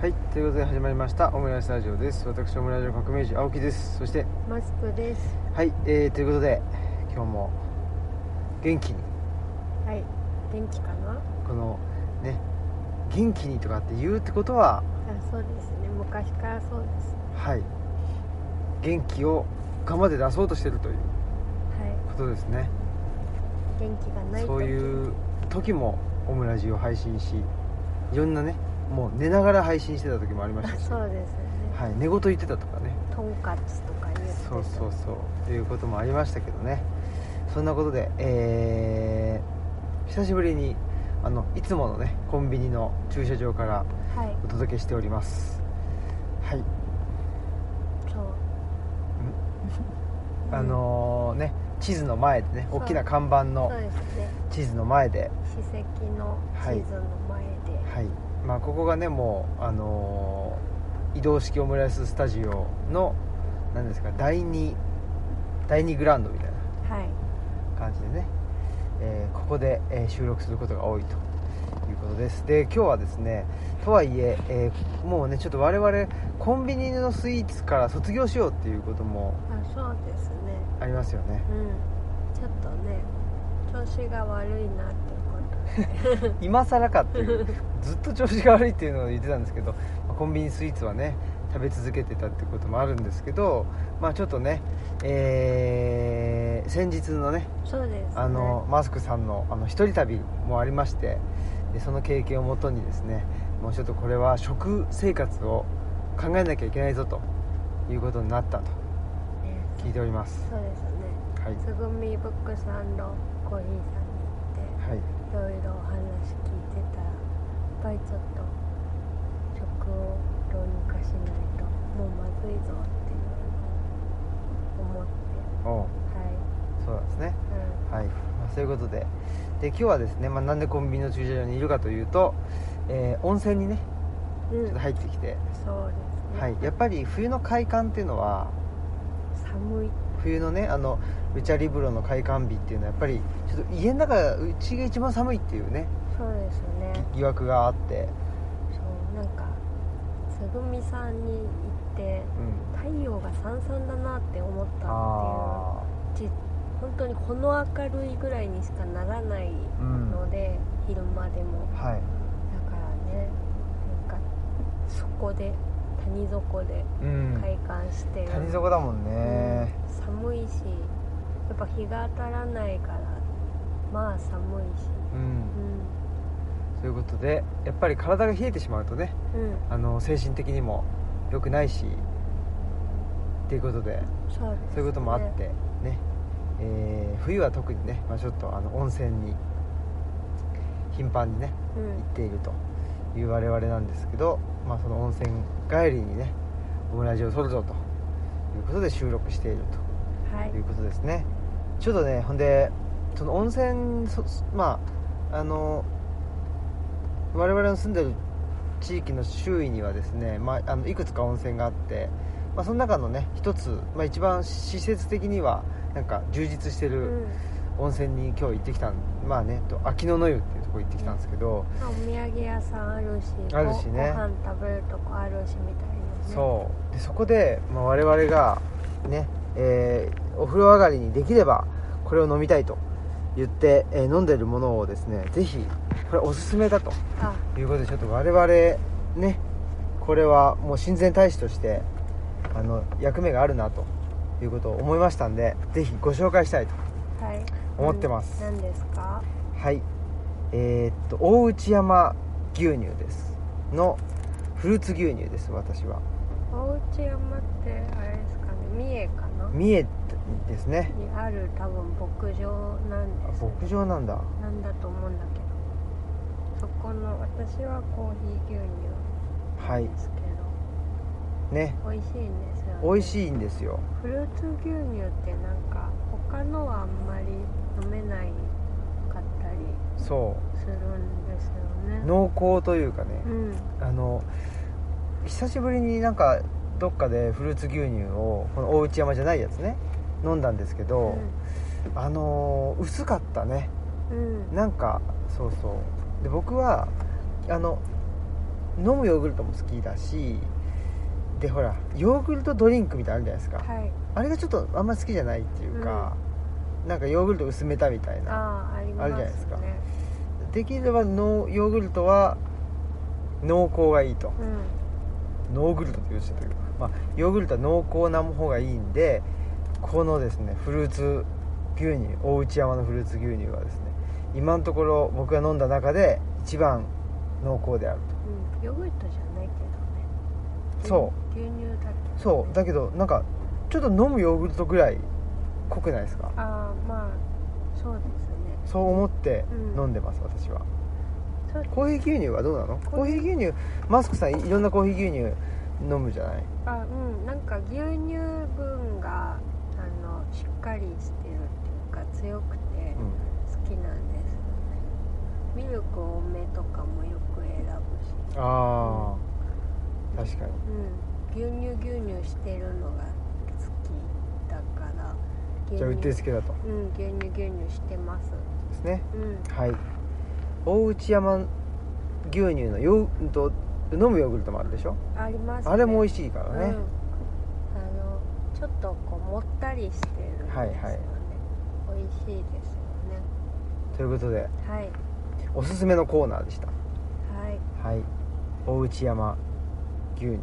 はい、ということで始まりましたオムライスラジオです。私オムライス革命児青木です。そしてマスクです。はい、えー、ということで今日も元気にはい。元気かな？このね元気にとかって言うってことはあ、そうですね。昔からそうです。はい元気を我慢で出そうとしてるというはことですね。い。元気がないと。そうう。いう時もオムラジを配信し、いろんなねもう寝ながら配信してた時もありましたあ、し、そうですよね。はい寝言言ってたとかね。トンカツとか言ってた。そうそうそういうこともありましたけどねそんなことでえー久しぶりにあのいつものねコンビニの駐車場からはい。お届けしておりますはい そう。うんあのーね地図の前でねそう大きな看板そのうですね。地図の前で史跡のはい地図の前で。はいまあここがねもうあのー移動式オムライススタジオの何ですか第2第2グラウンドみたいなはい。感じでね、えーここで、えー収録することが多いということですで今日はですねとはいええーもうねちょっと我々コンビニのスイーツから卒業しようっていうこともあ、そうですね。ありますよねうん。ちょっとね、調子が悪いなってこ今更かっていうずっと調子が悪いっていうのを言ってたんですけどまあコンビニスイーツはね食べ続けてたってこともあるんですけどまあちょっとねえー先日のねと。そうです、ね。あのマスクさんのあの一人旅もありましてでその経験をもとにですねもうちょっとこれは食生活を考えなきゃいけないぞということになったとね。聞いておりますそうですね。はい、つぐみブックさんのコーヒーさんに行って。はい、いろいろお話聞いてたらやっぱりちょっと食をどうにかしないともうまずいぞっていうのを思っておうはい、そうなんですねうん、はい、まあ、そういうことでで今日はですね、まあ、なんでコンビニの駐車場にいるかというと、えー温泉にねうちんょっと入ってきて、そうですね、はい、やっぱり冬の快感っていうのは寒い冬のねあのルチャリブロの開館日っていうのはやっぱりちょっと家の中がうちが一番寒いっていうねそうですね疑惑があって、そうなんかつぐみさんに行ってうん、太陽がさんさんだなって思ったっあていうじ本当にこの明るいぐらいにしかならないあうんので、昼間ではもいだからねなんかそこで谷底でうん開館して、谷底だもんうんね、寒いしやっぱ日が当たらないからまあ寒いしうんうんということでやっぱり体が冷えてしまうとねうんあの精神的にも良くないしっていうことでそうです、ね、そういうこともあってねえー冬は特にね、まあ、ちょっとあの温泉に頻繁にねう行んっているという我々なんですけど、まあ、その温泉帰りにねオムラジを撮るぞということで収録しているとはいということですねちょっとねほんでその温泉そそまああの我々の住んでる地域の周囲にはですね、まあ、あのいくつか温泉があって、まあ、その中のね一つ、まあ、一番施設的にはなんか充実してうるん温泉に今日行ってきたんまあねと秋野の湯っていうとこ行ってきたんですけど、まあお土産屋さんあるしあるしねごご飯食べるとこあるしみたいな、ね、そうでそこで、まあ、我々がね、えーお風呂上がりにできればこれを飲みたいと言って、えー飲んでるものをですねぜひこれおすすめだとあいうことでちょっと我々ねこれはもう親善大使としてあの役目があるなということを思いましたんでぜひご紹介したいとはい思ってます何ですかはいえーっと大内山牛乳ですのフルーツ牛乳です私はおうち山ってあれですかね三重かな三重ですねにある多分牧場なんあです牧場なんだなんだと思うんだけどそこの私はコーヒー牛は乳いですけねど、美味しいんですよ、ね、美味いしいんですよフルーツ牛乳ってなんか他のはあんまり飲めないかったりそするんですようね濃厚というかねうんあの久しぶりになんかどっかでフルーツ牛乳をこの大内山じゃないやつね飲んだんですけど、あのー薄かったねうんうんなんかそうそうで僕はあの飲むヨーグルトも好きだしでほらヨーグルトドリンクみたいなのあるじゃないですか、はいあれがちょっとあんまり好きじゃないっていうか、なんかヨーグルト薄めたみたいなああありますねあるじゃないですかできればノーヨーグルトは濃厚がいいとうんノーグルトって言っちゃったけど、まあ、ヨーグルトは濃厚な方がいいんでこのですねフルーツ牛乳大内山のフルーツ牛乳はですね今のところ僕が飲んだ中で一番濃厚であるうん、ヨーグルトじゃないけどね牛そ牛乳だけど、とそうだけどなんかちょっと飲むヨーグルトぐらい濃くないですかああまあそうですねそう思ってうん飲んでます、私はそうコーヒー牛乳はどうなのココーーヒヒーー牛乳マスクさんいいろんなコーヒー牛乳飲むじゃないあうんなんか牛乳分があのしっかりしてるっていうか強くてう好きなんですよねミルク多めとかもよく選ぶしんああ確かにうん牛乳牛乳してるのが好きだから牛乳じゃあうってつけだとうん牛乳牛乳してますですねうんはい大内山牛乳のヨーうんと飲むヨーグルトもあるでしょあります、ね、あれも美味しいからね、うん、あのちょっとこうもったりしてるんですよね、はいはい美味しいですよねということではいおすすめのコーナーでしたはいはい大内山牛乳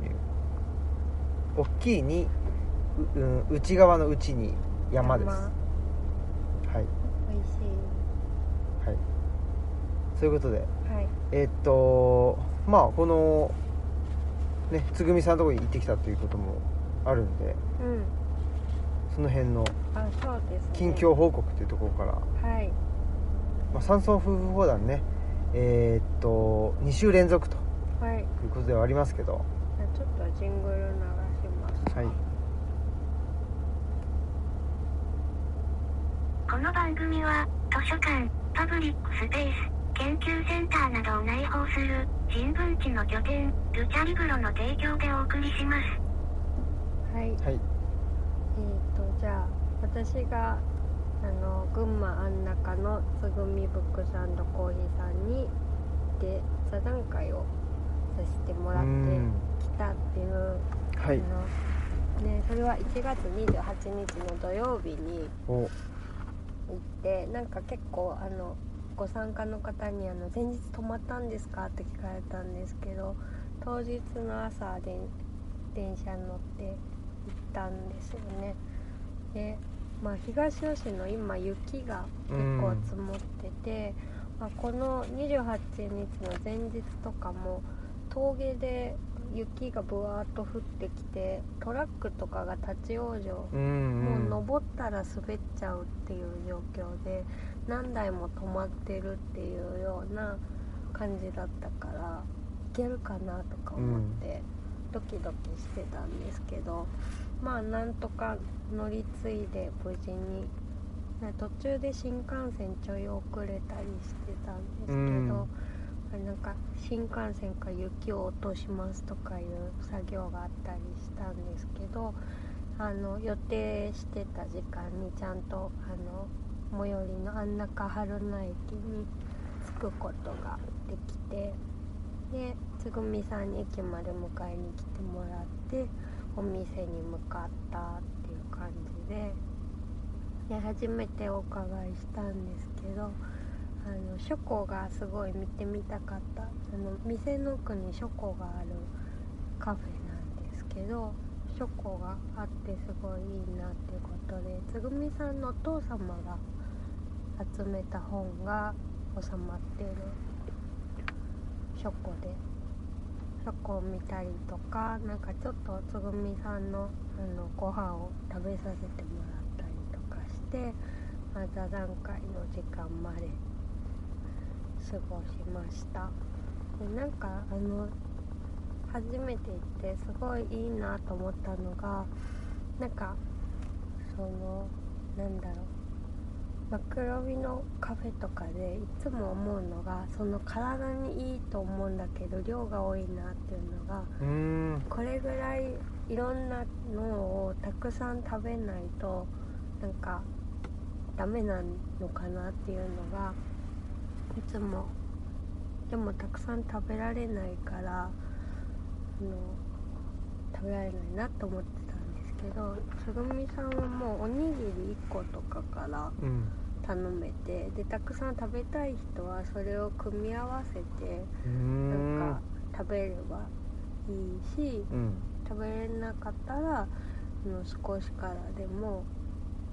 大きいにう、うん、内側の内に山ですははい美味しはいそういうことでいはいえっとまあこのねつぐみさんのところに行ってきたということもあるんでうんその辺のあそうですね近況報告というところから、はいまあ、山村夫婦砲弾ねえーっと2週連続とはいいうことではありますけどじゃあちょっとジングル流しますはいこの番組は、図書館、パブリックスペース、研究センターなどを内包する、新聞地の拠点、ルチャリブロの提供でお送りします。はいはいえー、とじゃあ私があの群馬安中のつぐみブックサンドコーヒーさんにで座談会をさせてもうらーってんきたっていうはいあのね、それは1月28日の土曜日にお行ってなんか結構あのご参加の方にあの「前日泊まったんですか?」って聞かれたんですけど当日の朝で電車に乗って行ったんですよね。でまあ、東吉野今雪が結構積もってて、まあ、この28日の前日とかも峠で雪がぶわーっと降ってきてトラックとかが立ち往生うーんもううん登ったら滑っちゃうっていう状況で何台も止まってるっていうような感じだったからいけるかなとか思ってドキドキしてたんですけど、まあなんとか乗り継いで無事に。ね途中で新幹線ちょい遅れたりしてたんですけうど、んあれなんか新幹線から雪を落としますとかいう作業があったりしたんですけどあの予定してた時間にちゃんとあの最寄りの安中春名駅に着くことができてでつぐみさんに駅まで迎えに来てもらってお店に向かったっていう感じでで初めてお伺いしたんですけどあの書庫がすごい見てみたかったあの店の奥に書庫があるカフェなんですけど書庫があってすごいいいなっていうことでつぐみさんのお父様が集めた本が収まってる書庫で書庫を見たりとかなんかちょっとつぐみさんのあのご飯を食べさせてもらったりとかして、まあ、座談会の時間まで過ごしましたでなんかあの初めて行ってすごいいいなと思ったのがなんかそのなんだろう枕帯のカフェとかでいつも思うのがその体にいいと思うんだけど量が多いなっていうのがうーんこれぐらいいろんなのをたくさん食べないとなんかダメなのかなっていうのがいつもでもたくさん食べられないからあの食べられないなと思ってたんですけどつぐみさんはもうおにぎり1個とかからうん頼めてでたくさん食べたい人はそれを組み合わせてうーなんんか食べればいいしうん食べれなかったらあの少しからでも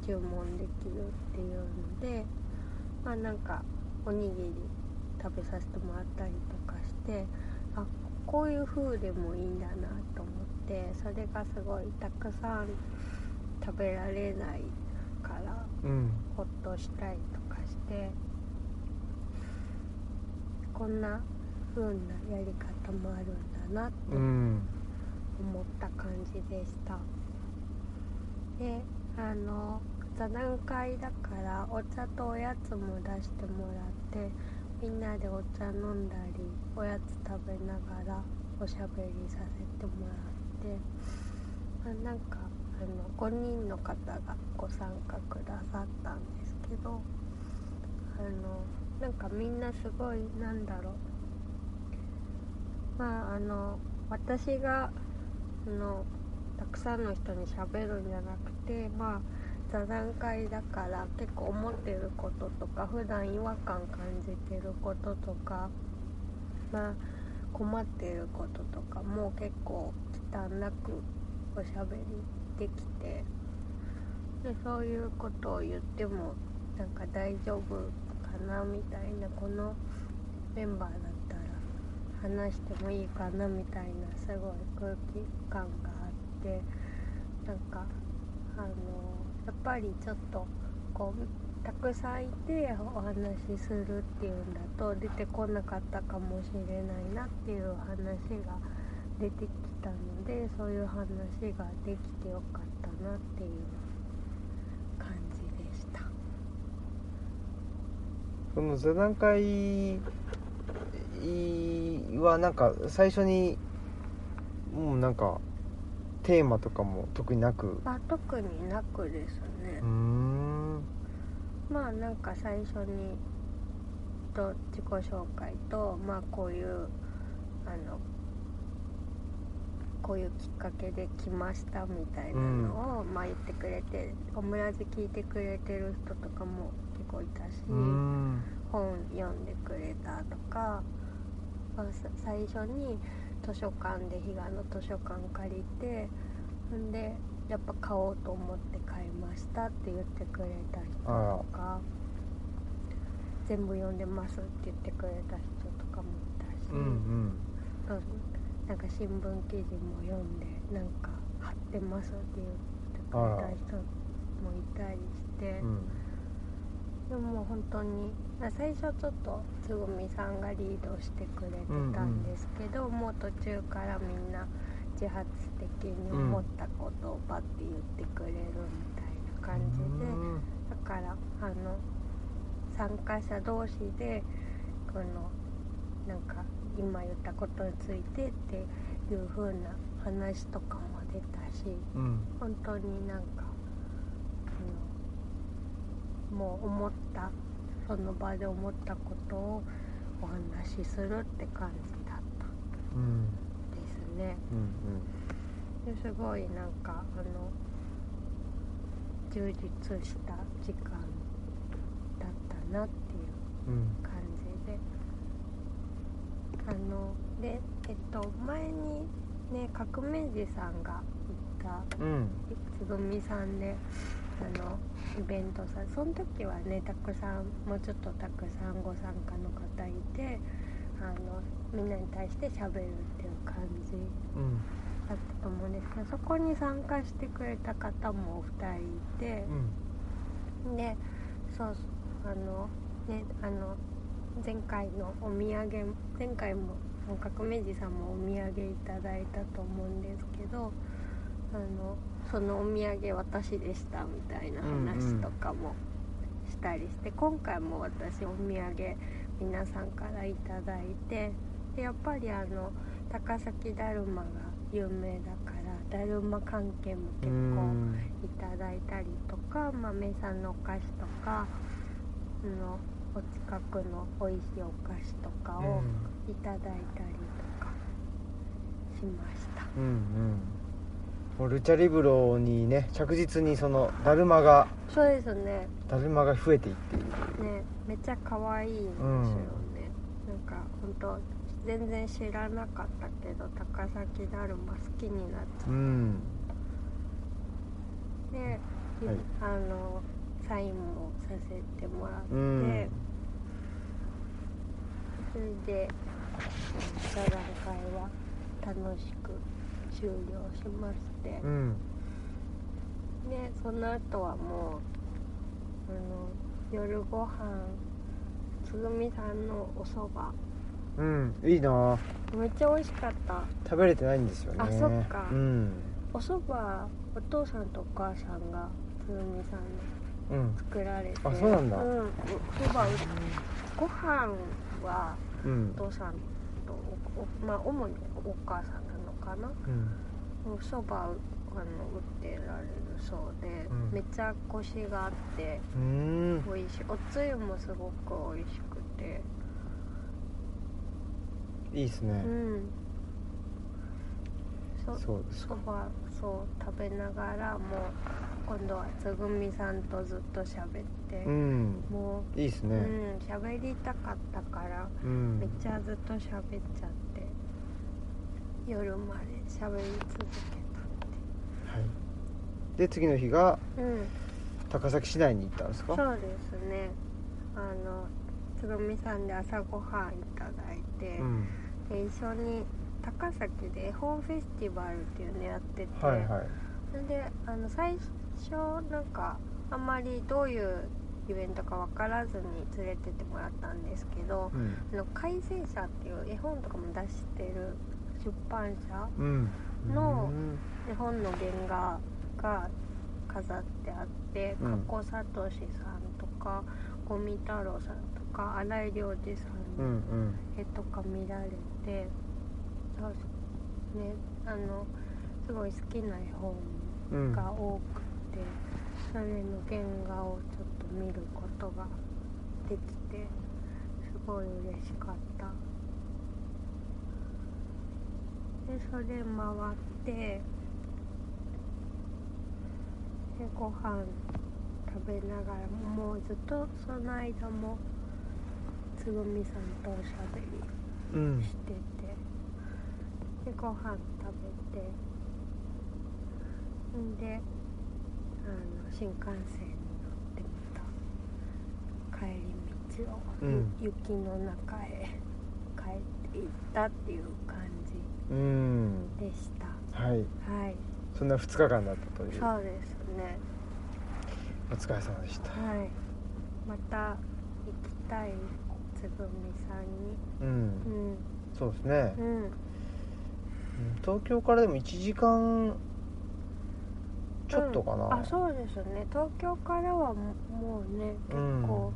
注文できるっていうのでまあなんかおにぎり食べさせてもらったりとかしてあこういう風でもいいんだなと思ってそれがすごいたくさん食べられないからうんほっとしたりとかしてこんな風なやり方もあるんだなってうん思った感じでしたであの座談会だからお茶とおやつも出してもらってみんなでお茶飲んだりおやつ食べながらおしゃべりさせてもらって、まあ、なんかあの5人の方がご参加くださったんですけどあのなんかみんなすごいなんだろうまああの私があのたくさんの人に喋るんじゃなくてまあ座談会だから結構思ってることとか普段違和感感じてることとかまあ困ってることとかもう結構忌憚なくおしゃべりできてでそういうことを言ってもなんか大丈夫かなみたいなこのメンバーだったら話してもいいかなみたいなすごい空気感があってなんかあのやっぱりちょっとこうたくさんいてお話しするっていうんだと出てこなかったかもしれないなっていう話が出てきたのでそういう話ができてよかったなっていう感じでした。その座談会はなんか最初にもうなんかテーマとかも特になくまあ、特になくですねうー。んまあなんか最初にと自己紹介とまあこういうあのこういうきっかけで来ましたみたいなのを、まあ言ってくれてオムラジ聞いてくれてる人とかも結構いたし、うーん本読んでくれたとか、まあ、さ最初に図書館で比嘉の図書館借りてほんでやっぱ買おうと思って買いましたって言ってくれた人とか全部読んでますって言ってくれた人とかもいたし、うんうんそうなんか新聞記事も読んでなんか貼ってますって言ってくれた人もいたりして。うんでももう本当にまあ最初ちょっとつぐみさんがリードしてくれてたんですけど、もう途中からみんな自発的に思ったことをバッて言ってくれるみたいな感じで、だからあの参加者同士でこのなんか今言ったことについてっていう風な話とかも出たし。うんうん本当になんかあのもう思ったその場で思ったことをお話しするって感じだったんうんですねうんですごいなんかあの充実した時間だったなっていううん感じであのでえっと前にね革命児さんが言ったうんつぐみさんであのイベントさその時はねたくさんもうちょっとたくさんご参加の方いてあのみんなに対して喋るっていう感じうんだったと思うんですけどそこに参加してくれた方もお二人いてうんでそうあのねあの前回のお土産前回もあの革命児さんもお土産いただいたと思うんですけどあのそのお土産私でしたみたいな話とかもしたりして、今回も私お土産皆さんからいただいてでやっぱりあの高崎だるまが有名だからだるま関係も結う構。んいただいたりとか、まあ、名産のお菓子とかあのお近くの美味しいお菓子とかをいただいたりとかしました、うんうんもうルチャリブロにね着実にそのだるまがそうですねだるまが増えていっているねめっちゃ可愛いんですよね、なんか本当全然知らなかったけど高崎だるま好きになっちゃうんって、いはいあのサインもさせてもらって、うんそれで座談会は楽しく終了しまして、うんでその後はもうあの夜ご飯つぐみさんのおそばうんいいなあめっちゃ美味しかった食べれてないんですよねあそっかうんおそばお父さんとお母さんがつぐみさんにうん作られてあそうなんだうん、おそばうご飯はうおん父さんとおおまあ主にお母さんなのかなうんおそばうあの打ってられるそうで、うんめっちゃコシがあってうん美味しいおつゆもすごく美味しくていいですね、うんそそうですそばそう食べながらもう今度はつぐみさんとずっと喋って、うんもいいですう、ねうん喋りたかったからうめっんちゃずっと喋っちゃって夜まで喋り続けたっはいで次の日がてうん高崎市内に行ったんですかそうですねあのつぐみさんで朝ごはんいただいて、うんで一緒に高崎で絵本フェスティバルっていうのやってて、はいはいそれであの最初なんかあんまりどういうイベントか分からずに連れてってもらったんですけどうんあの改正社っていう絵本とかも出してる出版社うんのうん絵本の原画が飾ってあってうん加古聡さんとか五味太郎さんとか荒井良二さんうのん絵とか見られてそうねあのすごい好きな絵本うんうんが多くて、それの原画をちょっと見ることができてすごい嬉しかったでそれ回ってでご飯食べながらもうずっとその間もつぐみさんとおしゃべりうんしててでご飯食べてんであの新幹線に乗ってまた帰り道を、ゆうん雪の中へ帰っていったっていう感うんじでしたはいはいそんな2日間だったというそうですねお疲れ様でしたはいまた行きたいつぐみさんうにんそうですねうんうんうん東京からでも1時間ちょっとかな、うんあそうですね東京からはももうね結構、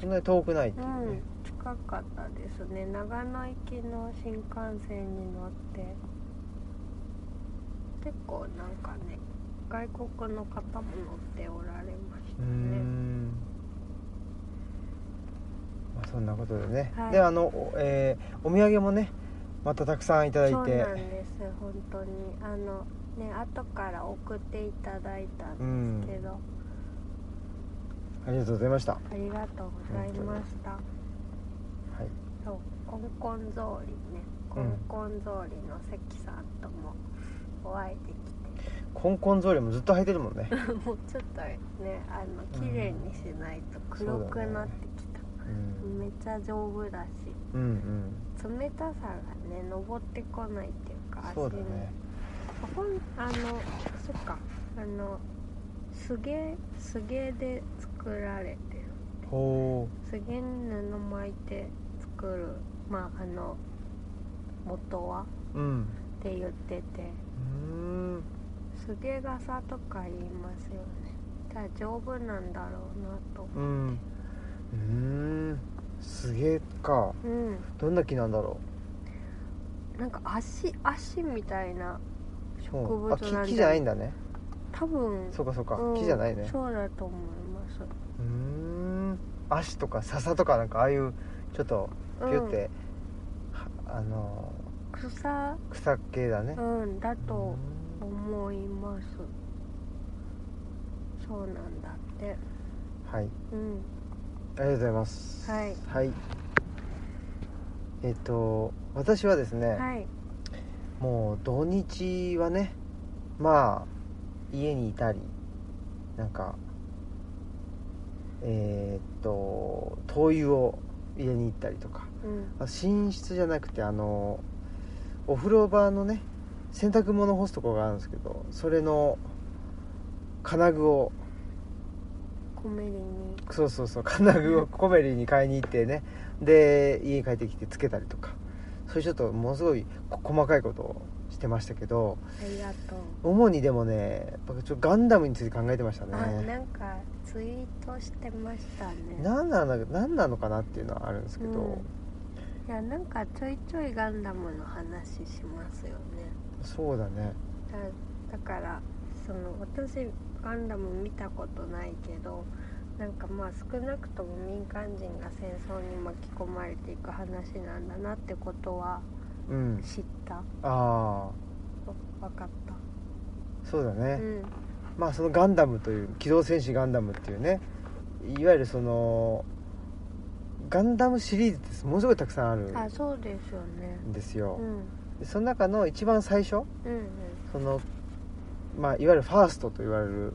そんなに遠くないってういんうね近かったですね長野行きの新幹線に乗って結構なんかね外国の方も乗っておられましうたーねん、まあ、そんなことでね、はいであの、おえーお土産もねまたたくさんいただいそうてなんです本当にあのね後から送っていただいたんですけど、ありがとうございました、はありがとうございましたい、そうコンコン草履ねコンコン草履の関さんともお会いできてコンコン草履もずっと履いてるもん ね、もうちょっとねあの綺麗にしないと黒くなってきた、うん、めっちゃ丈夫だしうんうん冷たさがね登ってこないっていうかそうだねほんあのそっかあのすげすげで作られてるほすげに布巻いて作るまああの元はううんって言っててうーんすげ傘とか言いますよねただ丈夫なんだろうなとうんうーんすげえかうんどんな木なんだろなんか足足みたいなう植ほう物あ木なん木じゃないんだだね多分そうかそうか、うん木じゃないねそうだと思いますうーん足とか笹とかなんかああいうちょっとピュって、はあのうん、草、草系だね、うん、だとうん思いますそうなんだってはいうありんがとうございますはいえっ、と私はですね、はいもう土日はねまあ家にいたりなんかえーっと灯油を入れに行ったりとかうんあ寝室じゃなくてあのお風呂場のね洗濯物干すとこがあるんですけどそれの金具をコメリにそうそうそう金具をコメリに買いに行ってねで家に帰ってきてつけたりとかそういうちょっとものすごいこ細かいことをしてましたけどありがとう、主にでもねやっぱちょっとガンダムについて考えてましたあねなんかツイートしてましたね何なの何なのかなっていうのはあるんですけど、うんいやなんかちょいちょいガンダムの話しますよねそうだねだだからその私ガンダム見たことないけどなんかまあ少なくとも民間人が戦争に巻き込まれていく話なんだなってことはうん知ったああ分かったそうだね、うんまあそのガンダムという機動戦士ガンダムっていうねいわゆるそのガンダムシリーズってものすごいたくさんあるあそうですよねんですうよ、んでその中の一番最初うんそのまあいわゆるファーストと言われる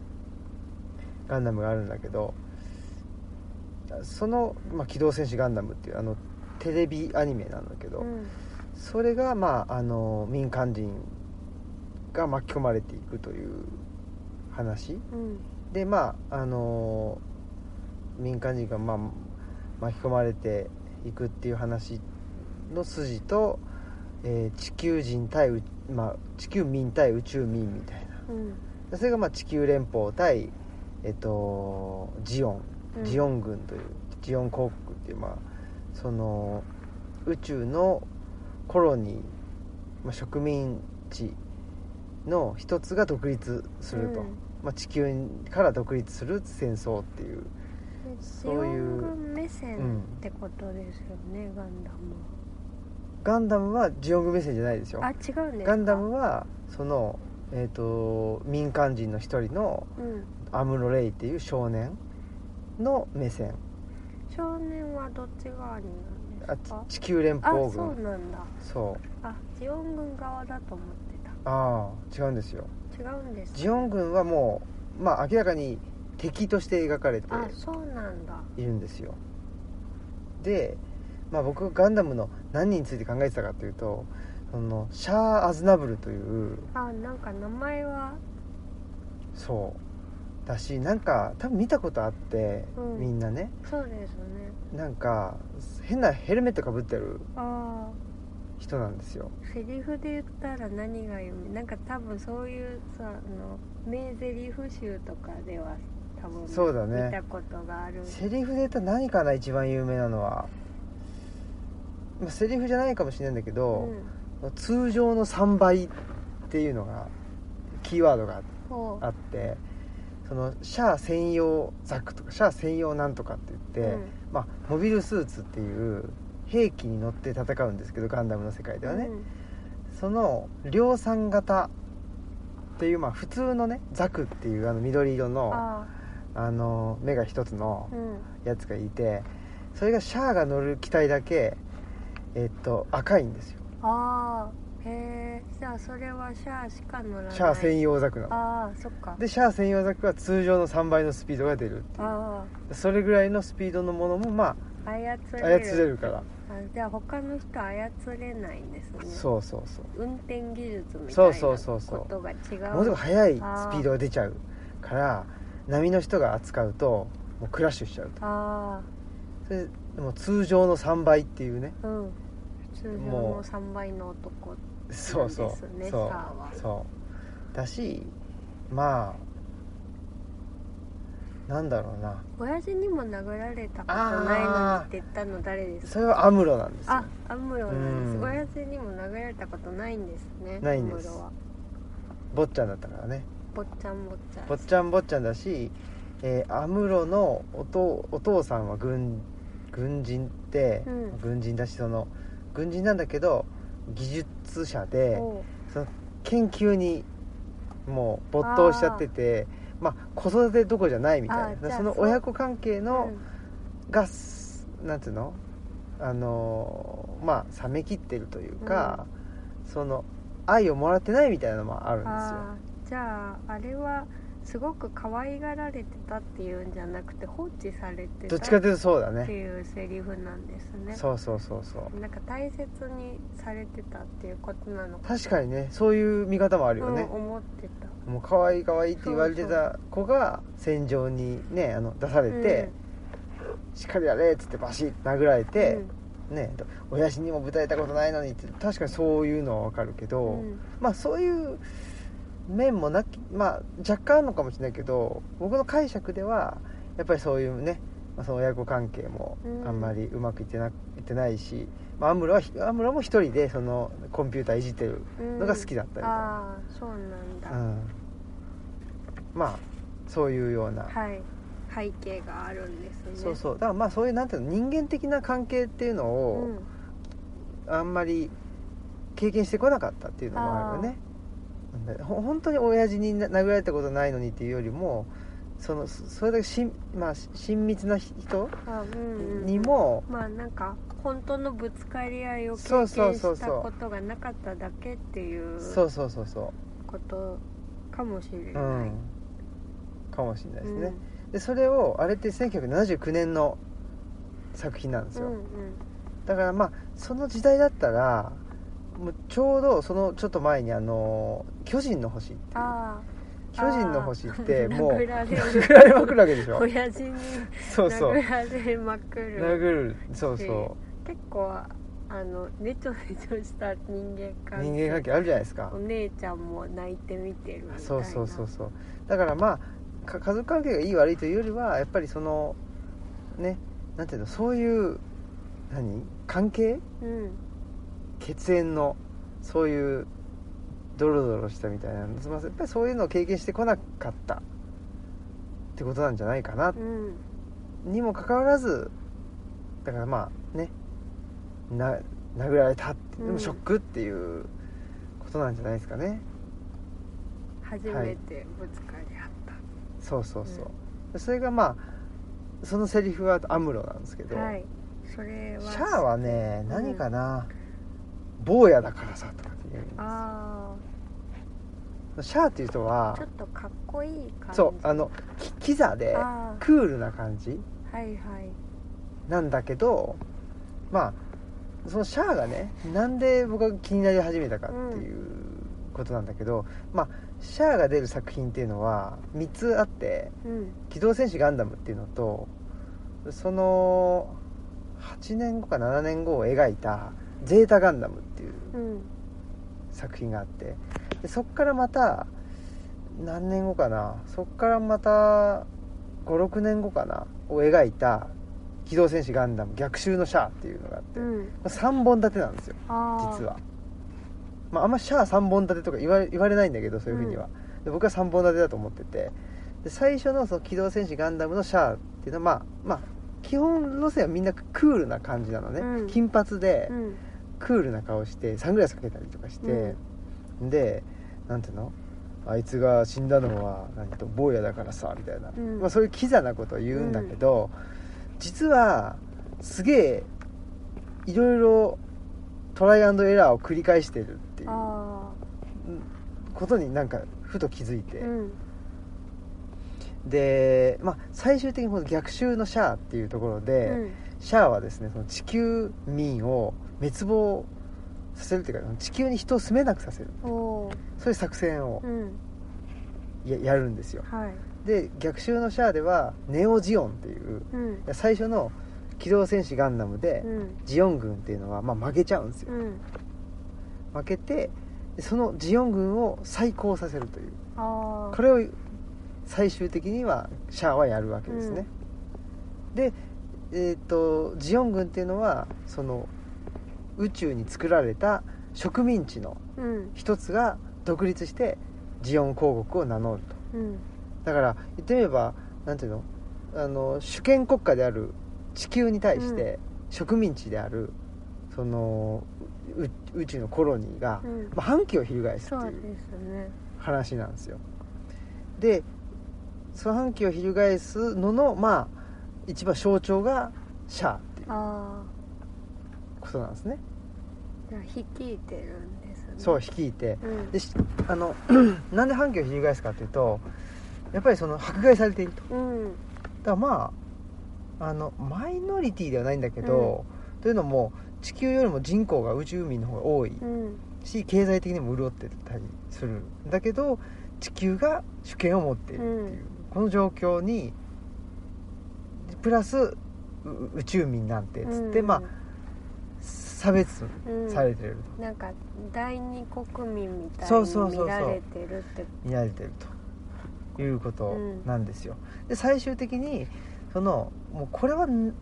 ガンダムがあるんだけどその、まあ、機動戦士ガンダムっていうあのテレビアニメなんだけど、うんうんそれがまああの民間人が巻き込まれていくという話うんでまああの民間人がまあ巻き込まれていくっていう話の筋と、えー地球人対宇、まあ、地球民対宇宙民みたいなうんでそれがまあ地球連邦対、えっと、ジオンうんジオン軍という、ジオン公国っていう、まあ、その宇宙のコロニー、まあ、植民地の一つが独立すると、うんまあ、地球から独立する戦争っていうでジそオういうン軍目線ってことですよね、ガンダムガンダムはジオン軍目線じゃないですよはあ違うんですかガンダムはその、えー、と民間人の一人のうんアムロ・レイっていう少年の目線少年はどっち側になんであすか地球連あ邦そう軍なんだそうあジオン軍側だと思ってああ違うんですよた違うんですねジオン軍はもう、まあ、明らかに敵として描かれてあそうなんだいるんですよで、まあ、僕ガンダムの何について考えてたかというとそのシャア・アズナブルというあなんか名前はそうだしなんか多分見たことあって、うんみんなねそうですねなんか変なヘルメットかぶってるあ人なんですよあセリフで言ったら何が読みなんか多分そういうさあの名ゼリフ集とかでは多分そうだね見たことがあるセリフで言ったら何かな一番有名なのは、まあ、セリフじゃないかもしれないんだけど、うん通常の3倍っていうのがキーワードがほうあってそのシャア専用ザクとかシャア専用なんとかって言って、うんまあ、モビルスーツっていう兵器に乗って戦うんですけどガンダムの世界ではね、うんその量産型っていうまあ普通のねザクっていうあの緑色のああの目が一つのーうんやつがいてそれがシャアが乗る機体だけ、えっと、赤いんですよああへえじゃあそれはシャアしか乗らないシャア専用ザクなの。ああそっかでシャア専用ザクは通常の3倍のスピードが出るっていうあそれぐらいのスピードのものもまあ操あれ操るれるからあじゃあ他の人操れないんですねそうそうそうう運転技術みたそういそうなそうそうことが違ものすごうく速いスピードが出ちゃうから波の人が扱うともうクラッシュしちゃうとあそれでも通常の3倍っていうねあうん通常ものう3倍の男そうそうなんですねそシャアはうそうだしまあなんだろうな親父にも殴られたことないのあーにって言ったの誰ですそれはアムロなんですよあアムロなんですうん親父にも殴られたことないんですねないんですアムロは坊ちゃんだったからね坊っちゃん坊っちゃん坊ちゃん坊ちゃんだしえー、アムロのおとお父さんは軍軍人って、うん軍人だしその軍人なんだけど技術者でおう研究にもう没頭しちゃっててまあ子育てどころじゃないみたあいーじゃなあそのそう親子関係うのんが、すなんていうのあのーまあ冷めきってるというか、その愛をもらってないみたいなのもあるんですよあーじゃああれはすごく可愛がられてたっていうんじゃなくて放置されてどたっちかっというとそうだてねいうセリフなんですねそうそうそうそうなんか大切にされてたっていうことなのか確かにねそういう見方もあるよねうん、思ってたもう可愛い可愛いって言われてた子が戦場にねあの出されて、しっかりやれっつってバシッと殴られうんて、ね親父にもぶたれたことないのにって確かにそういうのはわかるけど、うんうんまあそういう面もなきまあ若干あるのかもしれないけど僕の解釈ではやっぱりそういうねまあその親子関係もうんあんまりうまくいってな,、いってないし、まあ、アムロはアムロも一人でそのコンピューターいじってるうんのが好きだったみたいな。ああそうなんだ、うん、まあそういうような、はい背景があるんですねそうそうだからまあそういうなんていうの人間的な関係っていうのうをんあんまり経験してこなかったっていうのもあるよね、うんほ本当に親父に殴られたことないのにっていうよりもそのそそれだけしん、まあ、し親密な人あうんうんうんにも、まあなんか本当のぶつかり合いを経そう験そうそうそうしたことがなかっただけっていうそうそうそうそことかもしれう、うない、ん、かもしれないですうねん、でそれをあれって1979年の作品なんですうよ、んうんだからまあその時代だったらもうちょうどそのちょっと前にあの「巨人の星」っていうあ「巨人の星」ってあもう殴られる殴られまくるわけでしょ親父にそうそう殴られまくる殴るそうそ結構あのねちょねちょした人間う関人間関係あるじゃないですかお姉ちゃんも泣いて見てるみたいなそうそうそうそうだからまあか家族関係がいい悪いというよりはやっぱりそのねなんていうのそういう何関係うん血縁のそういうドロドロしたみたいなすみませんやっぱりそういうのを経験してこなかったってことなんじゃないかなうんにもかかわらずだからまあねな殴られたってでうもんショックっていうことなんじゃないですかね、初めてぶつかり合った、そうそうそう、それがまあそのセリフはアムロなんですけど、はい、それはシャアはねん何かな、坊やだからさとかって言うんですあシャアっていう人はあちょっとかっこいい感じそうあのきキザであクールな感じーはいはいなんだけどまあそのシャアがねなんで僕が気になり始めたかっていうことなんだけど、まあシャアが出る作品っていうのは3つあってうん「機動戦士ガンダム」っていうのとその8年後か7年後を描いた「ゼータ・ガンダム」っていううん作品があってでそっからまた何年後かなそっからまた56年後かなを描いた「機動戦士ガンダム逆襲のシャア」っていうのがあって、うん3本立てなんですよああ実はまああんまシャア3本立てとか言われ言われないんだけどそういうふうには、で僕は3本立てだと思っててで最初のその「機動戦士ガンダム」のシャアっていうのはまあまあ基本路線はみんなクールな感じなのね、うん金髪で、うんクールな顔してサングラスかけたりとかして、でなんていうのあいつが死んだのは何と坊やだからさみたいな、うんまあ、そういうキザなことを言うんだけど、実はすげえいろいろトライアンドエラーを繰り返してるっていうあことになんかふと気づいて、あうんで、まあ、最終的にこの逆襲のシャアっていうところで、うんシャアはですねその地球民を滅亡させるっていうか地球に人を住めなくさせるおーそういう作戦をうんややるんですよはいで逆襲のシャアではネオジオンっていううん最初の機動戦士ガンダムでうんジオン軍っていうのはまあ負けちゃうんですようん負けてそのジオン軍を再興させるというああこれを最終的にはシャアはやるわけですね、でえっ、とジオン軍っていうのはその宇宙に作られた植民地のうん一つが独立してジオン公国を名乗るとうんだから言ってみればなんていうのあの主権国家である地球に対して植民地である、そのう宇宙のコロニーが、うんまあ、反旗を翻すそってういうですね話なんですよでその反旗を翻すののまあ一番象徴がシャアっていうあことなんですねあじゃあ率いてるんですねそう率いてうんでしあの なんで反旗を翻すかっていうとやっぱりその迫害されているとだかうんらまああのマイノリティではないんだけど、というのも地球よりも人口が宇宙民の方が多いうんし経済的にも潤ってたりするんだけど地球が主権を持っているっていう、この状況にプラスう宇宙民なんてつって、うんまあ差別うんされてると、なんか第二国民みたいそうそうそうそうに見られてるって見られてるということなんですよ、で最終的にそのもうこれはん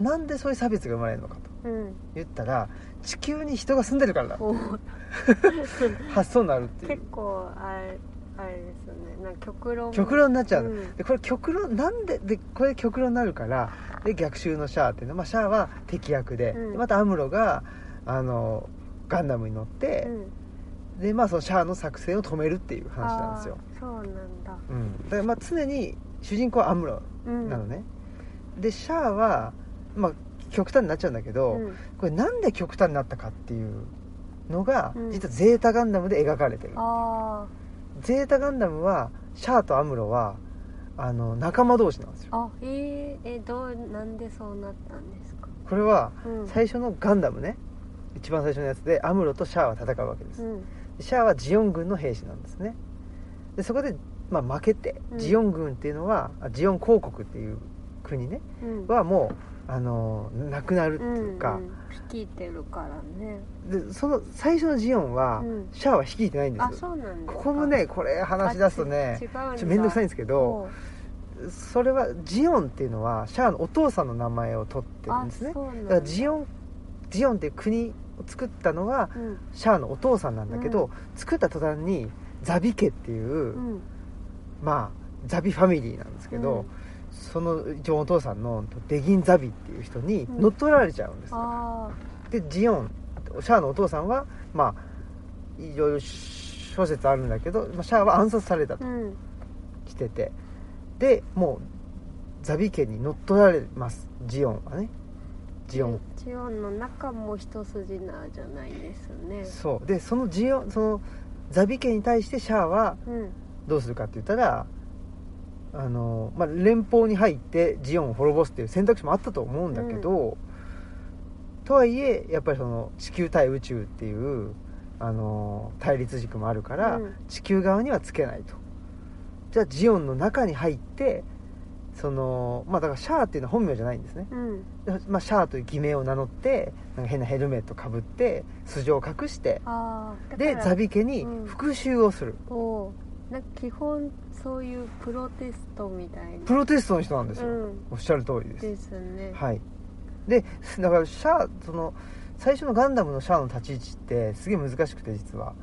なんでそういう差別が生まれるのかとうん言ったら地球に人が住んでるからだお発想になるってい結う構あれあれですよねなんか極論極論になっちゃうの、うんでこれ極論なんででこれ極論になるからで逆襲のシャアっていうのは、まあ、シャアは敵役で,で、うんまたアムロがあのガンダムに乗って、でまあそのシャアの作戦を止めるっていう話なんですよ、あーそうなんだうん、だからまあ常に主人公はアムロうんなのね、でシャアは、まあ、極端になっちゃうんだけど、うんこれなんで極端になったかっていうのが、うん実はゼータガンダムで描かれてるあゼータガンダムはシャアとアムロはあの仲間同士なんですよああえー、えどうなんでそうなったんですか、これはうん、最初のガンダムね一番最初のやつでアムロとシャアは戦うわけです、うんシャアはジオン軍の兵士なんですねでそこで、まあ、負けてうんジオン軍っていうのは、あジオン公国っていう国ねうんはもうあのなくなるっていうかん、ん、率いてるからねでその最初のジオンは、うんシャアは率いてないんであすよそうなんですこかこもねこれ話し出すとねあち違うんちょだっと面倒くさいんですけどそうそれはジオンっていうのはシャアのお父さんの名前を取ってるんですねあそうなんだだからジオンジオンっていう国を作ったのはうんシャアのお父さんなんだけど、作った途端にザビ家っていう、うんまあザビファミリーなんですけど、その一応お父さんのデギンザビっていう人にうん乗っ取られちゃうんですよ、あでジオンシャアのお父さんはまあいろいろ諸説あるんだけど、まあ、シャアは暗殺されたあとうんしててでもうザビ家に乗っ取られますジオンはねジオンジオンの中も一筋縄じゃないですねそうでそのジオンそのザビ家に対してシャアはうんどうするかって言ったらあの、まあ、連邦に入ってジオンを滅ぼすっていう選択肢もあったと思うんだけど、とはいえやっぱりその地球対宇宙っていうあの対立軸もあるから、うん地球側にはつけないとじゃあジオンの中に入ってそのまあだからシャアっていうのは本名じゃないんですね、うんまあ、シャアという偽名を名乗ってなんか変なヘルメットかぶって素性を隠してああでザビ家にうん復讐をする、おなんか基本そういうプロテストみたいなプロテストの人なんですよ、うんおっしゃる通りですですねはい、で だからシャアその最初のガンダムのシャアの立ち位置ってすげえ難しくて実は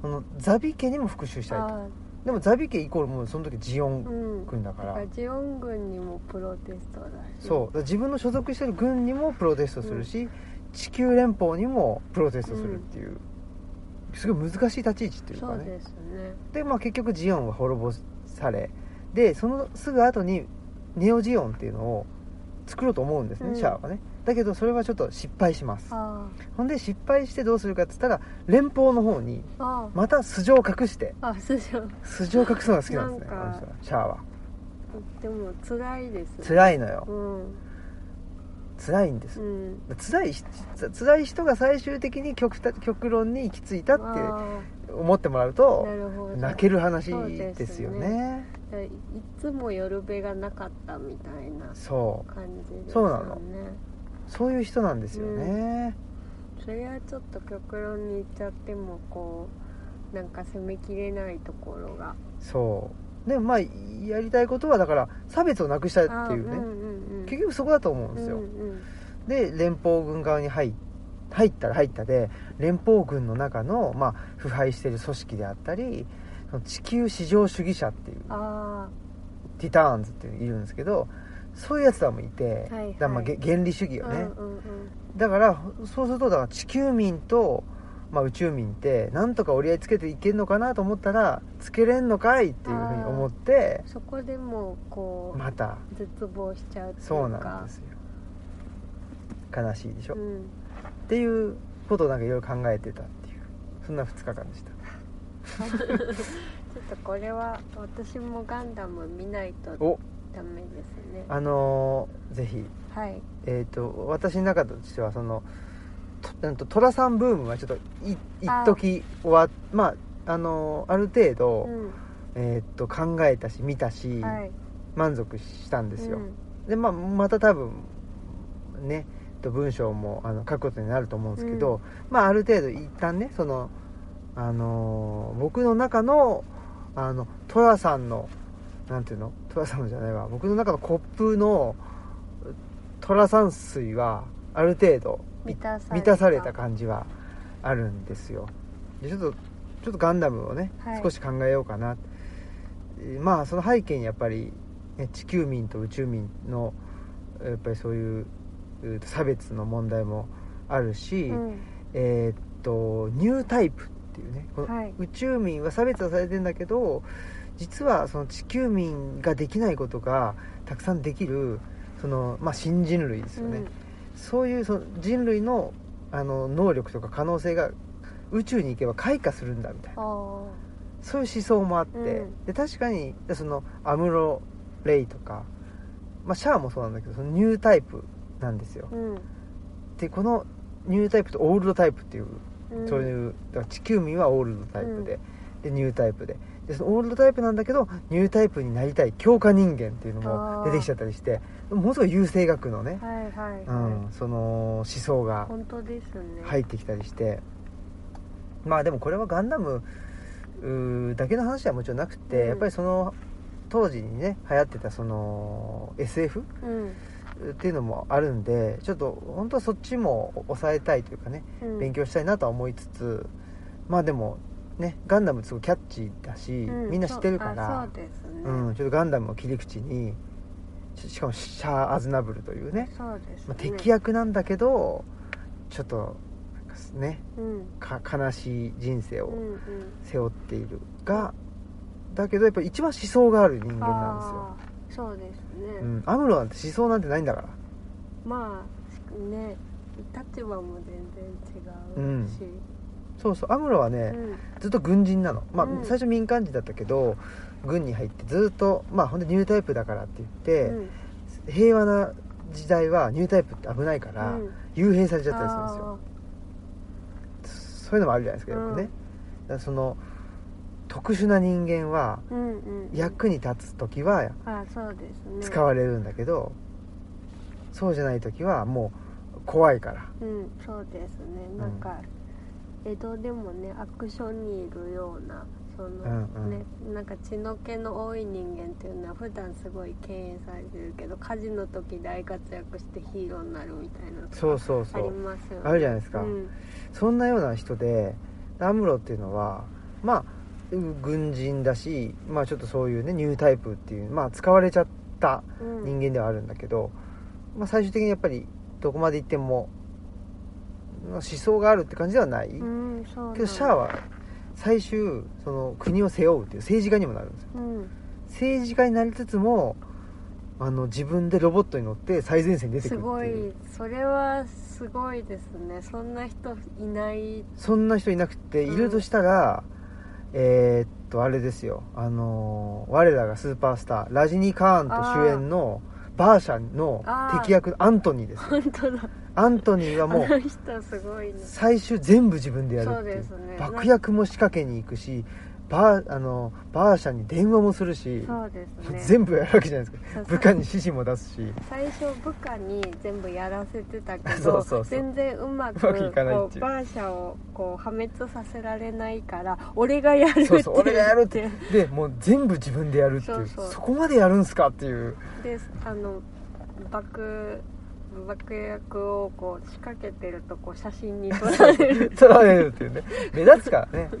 そのザビ家にも復讐したいとあでもザビ家イコールもうその時ジオーうンん軍だから、だからジオン軍にもプロテストだしそうだから自分の所属してる軍にもプロテストするし、地球連邦にもプロテストするっていう、すごい難しい立ち位置っていうそかうねですねで、まあ、結局ジオンは滅ぼされでそのすぐ後にネオジオンっていうのを作ろうと思うんですね、うんシャアはねだけどそれはちょっと失敗しますあほんで失敗してどうするかっつったら連邦の方にーあーまた素性を隠してあそうそう素性を隠すのが好きなんですねなんかあの人はシャアはでも辛いですい辛いのようん辛いんですうん辛いし辛い人が最終的に極端極論に行き着いたっあて思ってもらうとーなるほど泣ける話そうですねですよねいつも夜べがなかったみたいなそう感じですそうよなのねそういう人なんですよね、それはちょっと極論に行っちゃってもこうなんか攻めきれないところがそうでもまあやりたいことはだから差別をなくしたいっていうね、あーんうんうん結局そこだと思うんですよ、うんうんで連邦軍側に入っ入ったら入ったで連邦軍の中の、まあ、腐敗してる組織であったりその地球至上主義者っていうあティターンズっているんですけどそういうやつらもいて、はいはいだからまあげ原理主義よね、うんうんうんだからそうするとだから地球民と、まあ、宇宙民ってなんとか折り合いつけていけるのかなと思ったらつけれんのかいっていうふうに思ってそこでもうこう、また絶望しちゃうっていうかそうなんですよ悲しいでしょ、うっん ていうことをなんかいろいろ考えてたっていうそんな2日間でしたちょっとこれは私もガンダム見ないとおダメですねあのーぜひはいえー、と私の中としてはそのとうんと寅さんブームはちょっとい一あー時終わまああのある程度、うえー、と考えたし見たし、んはい満足したんですよ、うんで、まあ、また多分ねと文章もあの書くことになると思うんですけど、まあ、ある程度一旦ねその、あのー僕の中のあの寅さんのなんていうの寅さんのじゃないわ僕の中のコップの寅さん水はある程度い満たされ満たたされた感じはあるんですよでちょっとちょっとガンダムをね、はい少し考えようかなえーまあその背景にやっぱり、ね、地球民と宇宙民のやっぱりそういうえーと差別の問題もあるし、うんえーっとニュータイプっていうねこのはい宇宙民は差別はされてんだけど実はその地球民ができないことがたくさんできるその、まあ、新人類ですよね、そういうその人類のあの能力とか可能性が宇宙に行けば開花するんだみたいうん、なあそういう思想もあって、うんで確かにでそのアムロ・レイとか、まあ、シャアもそうなんだけどそのニュータイプなんですよあ、うんでこのニュータイプとオールドタイプっていううん、そうういうだから地球民はオールドタイプで,、でニュータイプででそのオールドタイプなんだけどニュータイプになりたい強化人間っていうのも出てきちゃったりしてものすごい優生学のね、はいはい、うはいん、その思想が本当ですね入ってきたりしてまあでもこれはガンダムうーだけの話ではもちろんなくて、うんやっぱりその当時にね流行ってたその SF うんっていうのもあるんでちょっと本当はそっちも抑えたいというかねうん、勉強したいなとは思いつつまあでもねガンダムすごいキャッチーだし、うみんな知ってるかそうあらそうですね、うん、ちょっとガンダムを切り口にししかもシャア・アズナブルというね、そうですね、まあ、敵役なんだけどちょっとなんかねうんか悲しい人生うんうをん、背負っているがだけどやっぱり一番思想がある人間なんですよあーそうですね、うん、アムロなんて思想なんてないんだからまあね立場も全然違うし、そうそうアムロはね、うんずっと軍人なの、まあうん最初民間人だったけど軍に入ってずっとまあほんとニュータイプだからって言って、ん平和な時代はニュータイプって危ないから、うん幽閉されちゃったりするんですよそういうのもあるじゃないですかよくね、だうんからその特殊な人間はあーうんうんうん、役に立つ時はあーそうですね使われるんだけど、そうじゃない時はもう怖いからうんそうですねなんか、江戸でもね悪所にいるようなその、うんうんねなんか血の気の多い人間っていうのは普段すごい敬遠されてるけど火事の時大活躍してヒーローになるみたいなのとかそうそうそありうますよねあるじゃないですか、うんそんなような人でアムロっていうのはまあう軍人だし、まあ、ちょっとそういうねニュータイプっていう、まあ、使われちゃったうん人間ではあるんだけど、まあ、最終的にやっぱりどこまで行ってもまあ思想があるって感じではない、うんそうなんけどシャアは最終その国を背負うっていう政治家にもなるんですようん政治家になりつつもあの自分でロボットに乗って最前線に出てくするごっていういそれはすごいですねそんな人いないそんな人いなくていうんるとしたら、えーっとあれですよあのー我らがスーパースターラジニ・カーンと主演のバーシャンの敵役のアントニーです本当だアントニーはあも のう人すごいね最終全部自分でやるそうっていでうすね爆薬も仕掛けに行くしバーあのバーシャンに電話もするし、そうですね全部やるわけじゃないですかそうそう部下に指示も出すし最初部下に全部やらせてたけど そうそうそう全然うまくうまくいかないこっていううバーシャをこう破滅させられないから俺がやるってそう言ってそう俺がやる ってでもう全部自分でやるっていう そうそうこまでやるんすかっていうであの爆爆薬をこう仕掛けてるとこう写真に撮られ る取られるっていうね目立つからねうん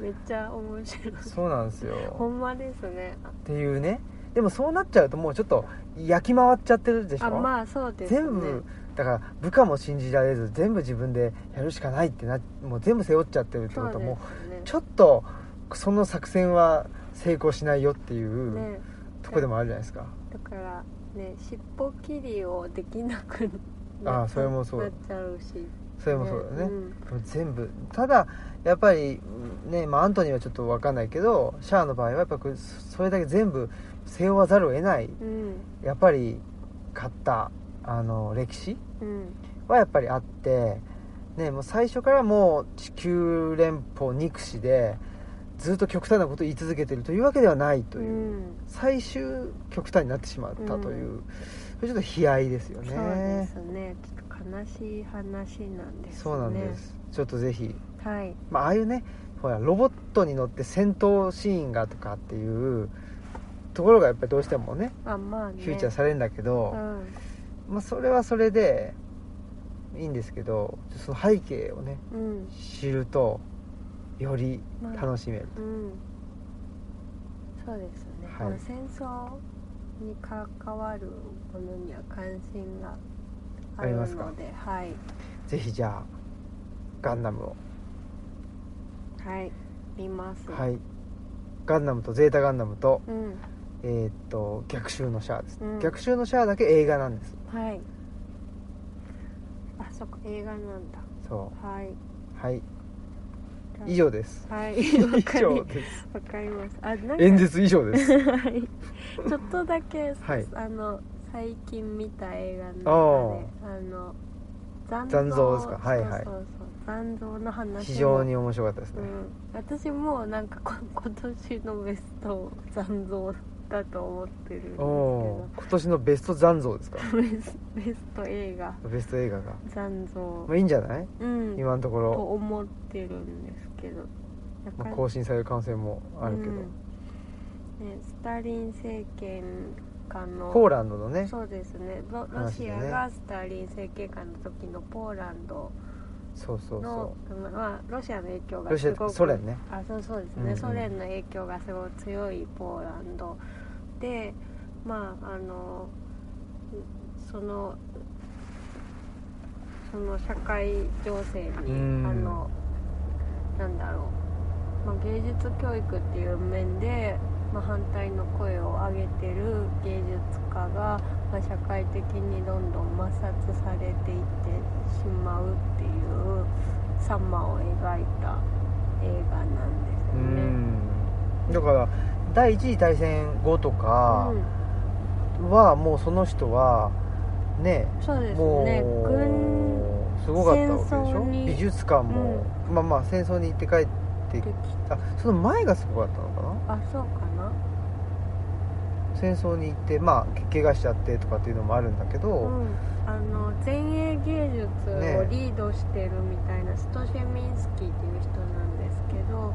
めっちゃ面白いそうなんですほよんまですねっていうねでもそうなっちゃうともうちょっと焼き回っちゃってるでしょあまあそうですね全部だから部下も信じられず全部自分でやるしかないってなもう全部背負っちゃってるってそこうでとすもねちょっとその作戦は成功しないよっていう、ねとこでもあるじゃないですかだからね尻尾切りをできなくあなーそれもそうなっちゃうしそれもそうだね、んでも全部ただやっぱりね、まあ、アントニーはちょっと分かんないけどシャアの場合はやっぱこれそれだけ全部背負わざるを得ないうんやっぱり勝ったあの歴史うんはやっぱりあって、ね、もう最初からもう地球連邦憎しでずっと極端なことを言い続けてるというわけではないという、うん最終極端になってしまったという、それちょっと悲哀ですよねそうですねちょっと悲しい話なんですねそうなんですちょっとぜひ、はいまあ、ああいうねほらロボットに乗って戦闘シーンがとかっていうところがやっぱりどうしてもねあまあねフューチャーされるんだけど、うんまあ、それはそれでいいんですけどその背景をねうん知るとよりまあ楽しめる、うんそうですね、はいまあ戦争に関わるものには関心があるありますかのではいぜひじゃあガンダムを、はい見ますはいガンダムとゼータガンダムとうんえーっと逆襲のシャアです、うん逆襲のシャアだけ映画なんですはいあそっか映画なんだそはい。うはい以上ですはい。 以わかり上ですわかります。あ、なんか。演説以上ですちょっとだけ、はいあの、最近見た映画の中で、あの。残像残像ですかはいはいそうそうそう残像の話も。非常に面白かったですうね、ん、私もなんかこ 今年のベスト残像だと思ってるんですけおどお今年のベスト残像ですかベスベスト映画ベスト映画が、残像まあ、いいんじゃないうん今のとことろ、思ってるんですけどなかまあなか更新される可能性もあるけど、うんね、スターリン政権下のポーランドのねそうですねロロ話でシねアがスターリン政権下の時のポーランドそうそうのそまあ、ロシアの影響うがロシすアごくソ連ねあそうそうですね、うんうんソ連の影響がすごい強いポーランドでまああのそのその社会情勢うに、んあのなんだろう、まあ、芸術教育っていう面で、まあ、反対の声を上げてる芸術家が、まあ、社会的にどんどん摩擦されていってしまうっていう様を描いた映画なんですうよね。んだから第一次大戦後とかうんはもうその人はねそうですもね軍うすごかったわけでし戦ょ争に美術館も、まあまあ戦争に行って帰ってできあその前がすごかったのかあそうかなな戦争に行ってまあ怪我しちゃってとかっていうのもあるんだけど、うん、あの前衛芸術をリードしてるみたいな、ストシェミンスキーっていう人なんですけど、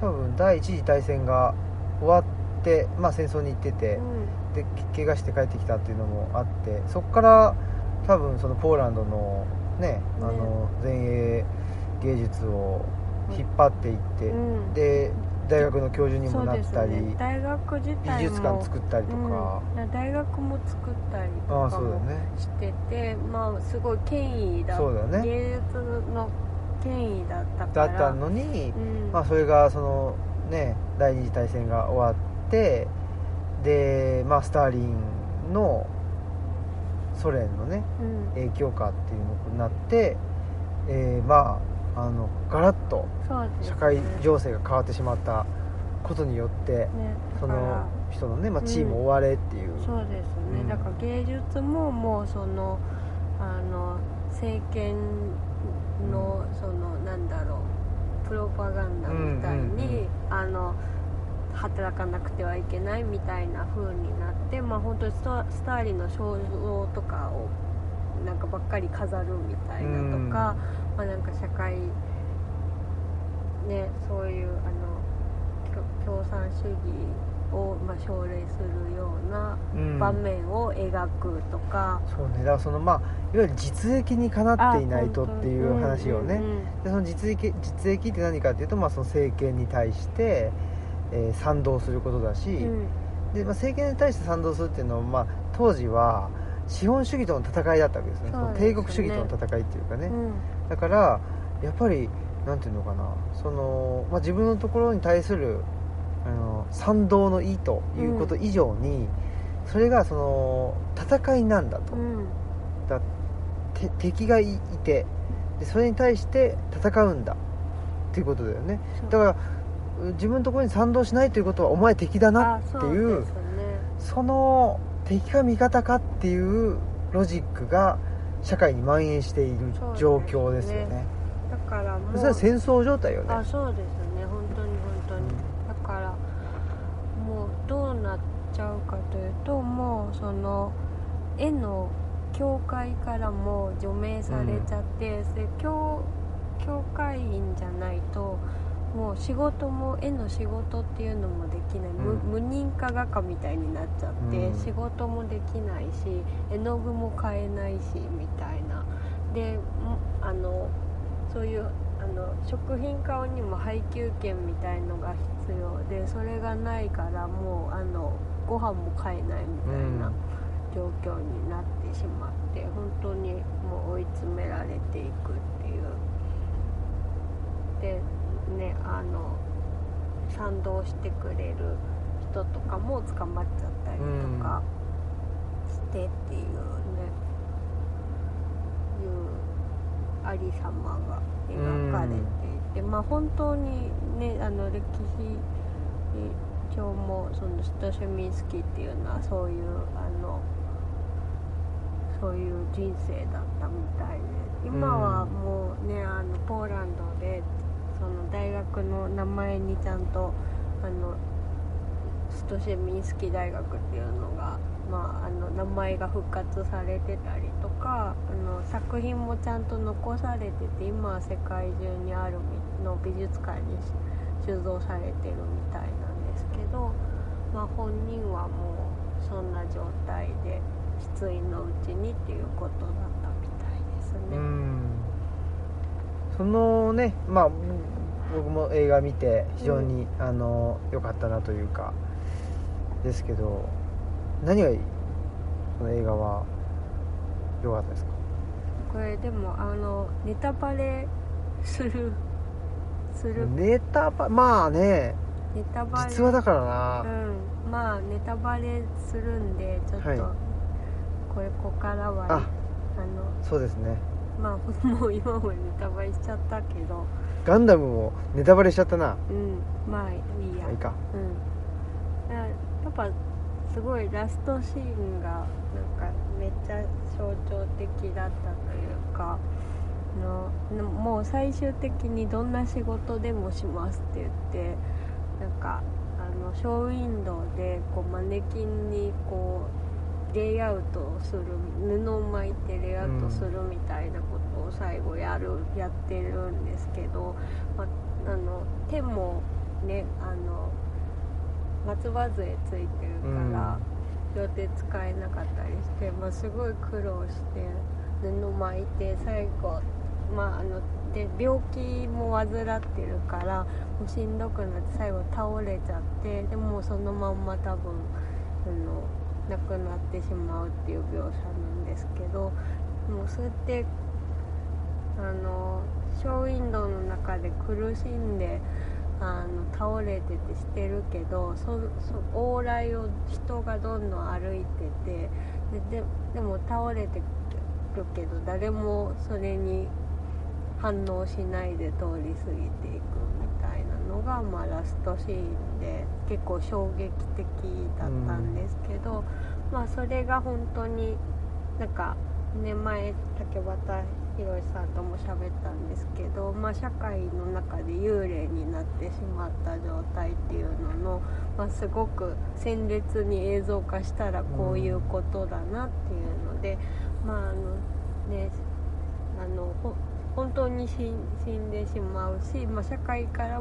多分第一次大戦が終わって、まあ、戦争に行ってて、うんでけ怪我して帰ってきたっていうのもあってそこから多分そのポーランドのねあの前衛芸術を引っ張っていって、うんで大学の教授にもなったり、そうですね、大学自体も美術館作ったりとか、うん、大学も作ったりとああかそうだもねしてて、まあすごい権威だそうだね芸術の権威だっただからったのにう、んまあ、それがそのね第二次大戦が終わってで、まあ、スターリンのソ連のねうん、影響下っていうのになって、えーまああのガラッとそうですね社会情勢が変わってしまったことによってねそだからの人のね、まあ、うん地位も追われっていう、そうですね、うんだから芸術ももうそのあの政権のそのなんだろうプロパガンダみたいに、うんうんうんあの働かなくてはいけないみたいな風になってまあ本当にスタスターリンの肖像とかをなんかばっかり飾るみたいなとか、まあなんか社会ねそういうあの共共産主義を、まあ、奨励するようなうん場面を描くとか、そうねだからそのまあいわゆる実益にかなっていないとっていう話をね、うんうんうんでその実益実益って何かっていうと、まあ、その政権に対して、えー賛同することだし、うんでまあ、政権に対して賛同するっていうのは、まあ、当時は資本主義との戦いだったわけですねそうですね帝国主義との戦いっていうかね、うんだからやっぱりなんていうのかなその、まあ、自分のところに対するあの賛同の意ということ以上に、それがその戦いなんだと、うんて敵がいいてでそれに対して戦うんだっていうことだよねそうだからう自分のところに賛同しないということはお前敵だなあってそいうですねその敵か味方かっていうロジックが社会に蔓延しているそうですね状況ですよねだからもそうれは戦争状態よねあそうですね本当に本当にだからもうどうなっちゃうかというともうその絵の教会からも除名されちゃって、それ教教会員じゃないともう仕事も絵の仕事っていうのもできない、むうん無認可画家みたいになっちゃって、うん仕事もできないし絵の具も買えないしみたいなでもあのそういうあの食品買うにも配給券みたいのが必要でそれがないからもうあのご飯も買えないみたいな状況になってしまって、本当にもう追い詰められていくっていうでねあの賛同してくれる人とかも捕まっちゃったりとかしてっていうね、いうありさまが描かれていて、まあ本当にねあの歴史上もそのストシュミンスキーっていうのはそういうあのそういう人生だったみたいで今はもうねあのポーランドでその大学の名前にちゃんとあのストシェミンスキ大学っていうのが、まあ、あの名前が復活されてたりとかあの作品もちゃんと残されてて今は世界中にあるみの美術館に収蔵されてるみたいなんですけど、まあ、本人はもうそんな状態で失意のうちにっていうことだったみたいですうね。んそのねまあ僕も映画見て非常に、あの良かったなというかですけど何がいいこの映画は良かったですかこれでもあのネタバレするするネタバまあねネタバレ実はだからな、うん、まあネタバレするんでちょっと、はいこれここからはああのそうですねまあ もう今もネタバレしちゃったけどガンダムもネタバレしちゃったなうんまあいいやまあいいかうんだからやっぱすごいラストシーンがなんかめっちゃ象徴的だったというかあののもう最終的にどんな仕事でもしますって言ってなんかあのショーウィンドウでこうマネキンにこうレイアウトをする布を巻いてレイアウトするみたいなことを最後やる、やってるんですけど、まあの手もねあの松葉杖ついてるから、両手使えなかったりして、まあ、すごい苦労して布巻いて最後まああので病気も患ってるからもうしんどくなって最後倒れちゃってでもうそのまんま多分あの亡くなってしまうっていう描写なんですけどもうそうやってあのショーウィンドウの中で苦しんであの倒れててしてるけどそそ往来を人がどんどん歩いててでででも倒れてるけど誰もそれに反応しないで通り過ぎていくみたいなのが、まあ、ラストシーンで結構衝撃的だったんですけど、まあそれが本当になんかね前竹俣宏さんとも喋ったんですけど、まあ、社会の中で幽霊になってしまった状態っていうのの、まあ、すごく鮮烈に映像化したらこういうことだなっていうので、まああのねあのほ本当に死ん死んでしまうし、まあ、社会から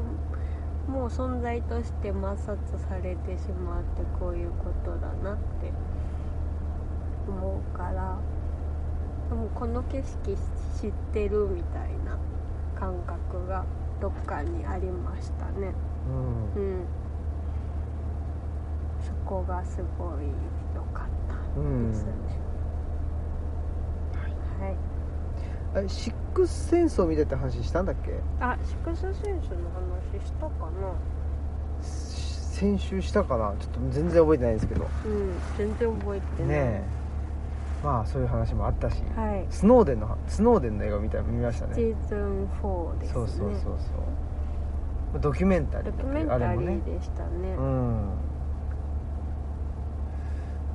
もう存在として抹殺されてしまってこういうことだなって思うからでもこの景色知ってるみたいな感覚がどっかにありましたねうんうんそこがすごい良かったですね、はいあれシックス戦争見てって話したんだっけあシックス選手の話したかな先週したかなちょっと全然覚えてないんですけどねうん全然覚えてないえまあそういう話もあったし、はいスノーデンのスノーデンの映画見た見ましたねシーズン4ですねそうそうそうそうまあドキュメンタリドーだキけュどメンタリあれもねーでしたねうん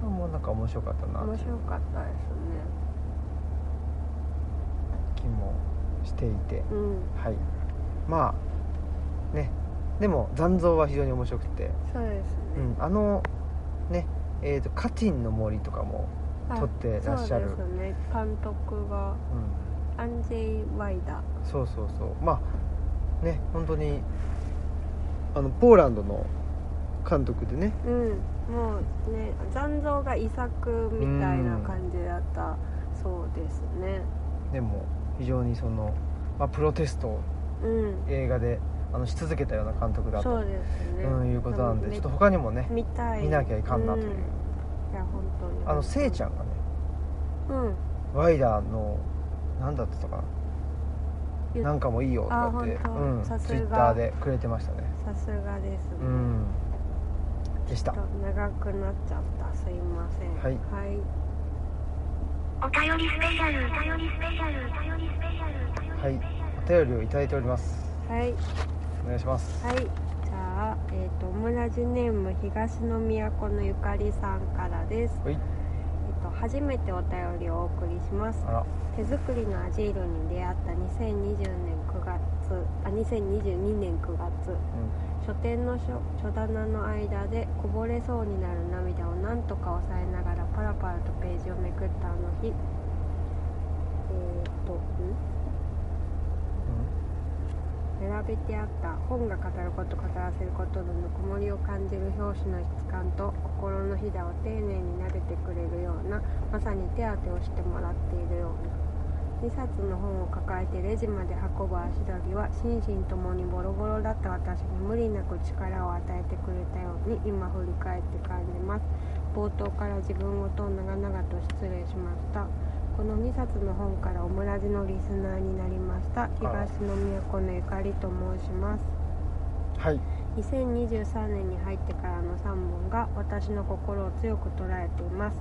まあもうなんか面白かったな面白かったですね気もしていてうんはいまあねでも残像は非常に面白くて、そうですうね、ん、あのねえーと「カチンの森」とかも、あ撮ってらっしゃるそうですね監督がうアンジェイ・ワイダん、そうそうそうまあね本当にあのポーランドの監督でねうんもうね残像が遺作みたいな感じだったそうですねでも非常にその、まあ、プロテストをうん映画であのし続けたような監督だとそうですね、うんいうことなんでちょっとめ他にもね見たい見なきゃいかんなというう、いや本当にあのせいちゃんんがねうんワイダーの何だったかな言っなんかもいいよとかってあ本当うん、ツイさすがッターでくれてましたねさすがですね、うんでしちたょっと長くなっちゃったすいませんはいはいお便りスペシャル、お便りスペシャル、お便りスペシャル、お便りスペシャル。はいお便りをいただいておりますはいお願いしますはい、じゃあ、えっ、と、オムラジネーム東の都のゆかりさんからです。はいえっと、初めてお便りをお送りします。あら手作りのアジールに出会った2020年9月、あ、2022年9月。書店の書書棚の間でこぼれそうになる涙をなんとか抑えながらパラパラとページをめくったあの日えーっとん並べてあった本が語ること語らせることのぬくもりを感じる表紙の質感と心のひだを丁寧に撫でてくれるようなまさに手当てをしてもらっているような2冊の本を抱えてレジまで運ぶ足取りは心身ともにボロボロだった私に無理なく力を与えてくれたように今振り返って感じます冒頭から自分ごとを長々と失礼しましたこの2冊の本からオムラジのリスナーになりました東の都のゆかりと申しますうんはい2023年に入ってからの3本が私の心を強く捉えています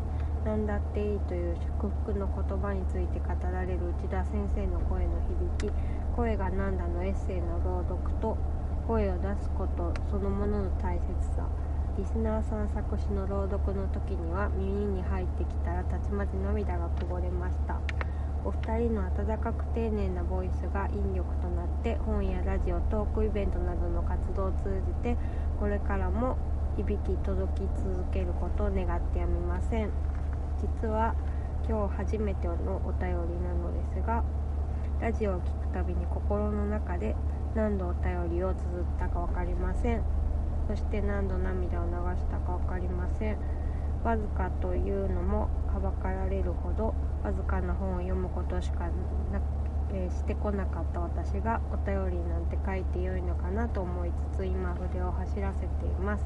何だっていいという祝福の言葉について語られる内田先生の声の響き「声がなんだ」のエッセイの朗読と声を出すことそのものの大切さリスナーさん作詞の朗読の時には耳に入ってきたらたちまち涙がこぼれましたお二人の温かく丁寧なボイスが引力となって本やラジオトークイベントなどの活動を通じてこれからも響き届き続けることを願ってやみません実は今日初めてのお便りなのですがラジオを聴くたびに心の中で何度お便りを綴ったか分かりませんそして何度涙を流したか分かりませんわずかというのもはばかられるほどわずかな本を読むことしかな、えーしてこなかった私がお便りなんて書いてよいのかなと思いつつ今筆を走らせています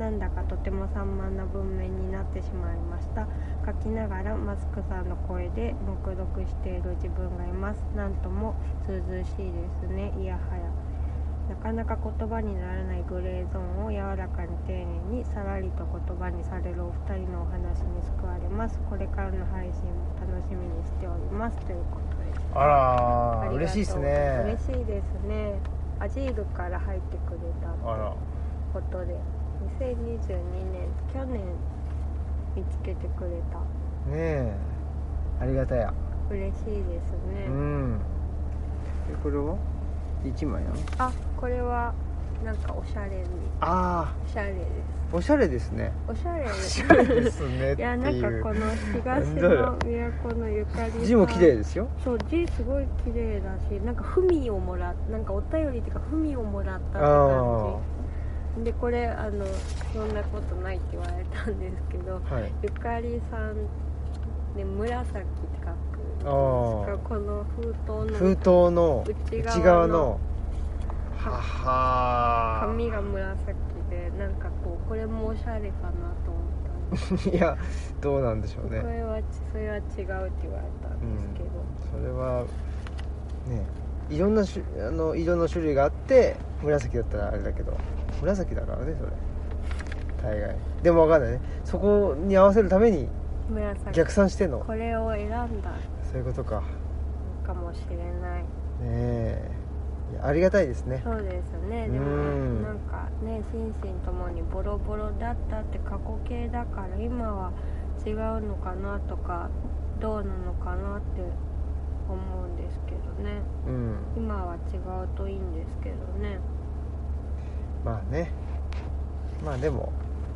なんだかとても散漫な文面になってしまいました書きながらマスクさんの声で黙読している自分がいますなんとも涼しいですねいやはやなかなか言葉にならないグレーゾーンを柔らかに丁寧にさらりと言葉にされるお二人のお話に救われますこれからの配信も楽しみにしておりますということですあらありがとう嬉しいですね嬉しいですねアジールから入ってくれたあらということで2022年去年見つけてくれたねえありがたや嬉しいですね、うんでこれは1枚なのあこれはなんかおしゃれにあおしゃれですおしゃれです ねおしゃれですですねっいてやなんかいうこの東の都のゆかりさん字も綺麗ですよそう字すごい綺麗だしなんか文をもらなんかお便りっていうか文をもらったってあ感じでこれあのそんなことないって言われたんですけどあはいゆかりさんで紫って書くあーこの封筒封の筒の内内側側ののはは紙が紫でなんかこうこれもおしゃれかなと思ったんですいやどうなんでしょうけどこねれはそれは違うって言われたんですけど、それはねいろんな種あの色の種類があって紫だったらあれだけど紫だからねそれ大概でも分かんないねそこに合わせるために紫逆算してんのこれを選んだそういうことかねのかもしれないえいやありがたいですねそうですねでうもんなんかね心身ともにボロボロだったって過去形だから今は違うのかなとかどうなのかなって思うんですけどねうん今は違うといいんですけどねまあねまあでも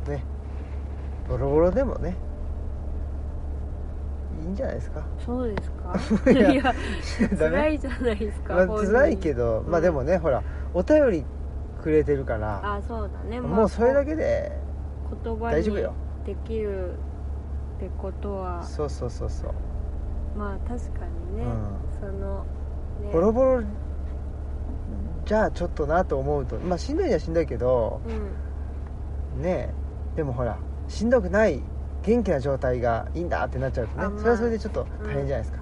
ねボロボロでもねいいんじゃないですかそうです かいやいや ダメ 辛いじゃないですか、まあ、本人辛いけど、まあでもねほらお便りくれてるからあそうだねもうそれだけで言葉大に丈夫よできるってことはそうそうそうそう、まあ確かにね、うそのねん、ボロボロじゃあちょっとなと思うとまあしんどいにはしんどいけどうんねえでもほらしんどくない元気な状態がいいんだってなっちゃうとあねまあそれはそれでちょっと大変じゃないですか、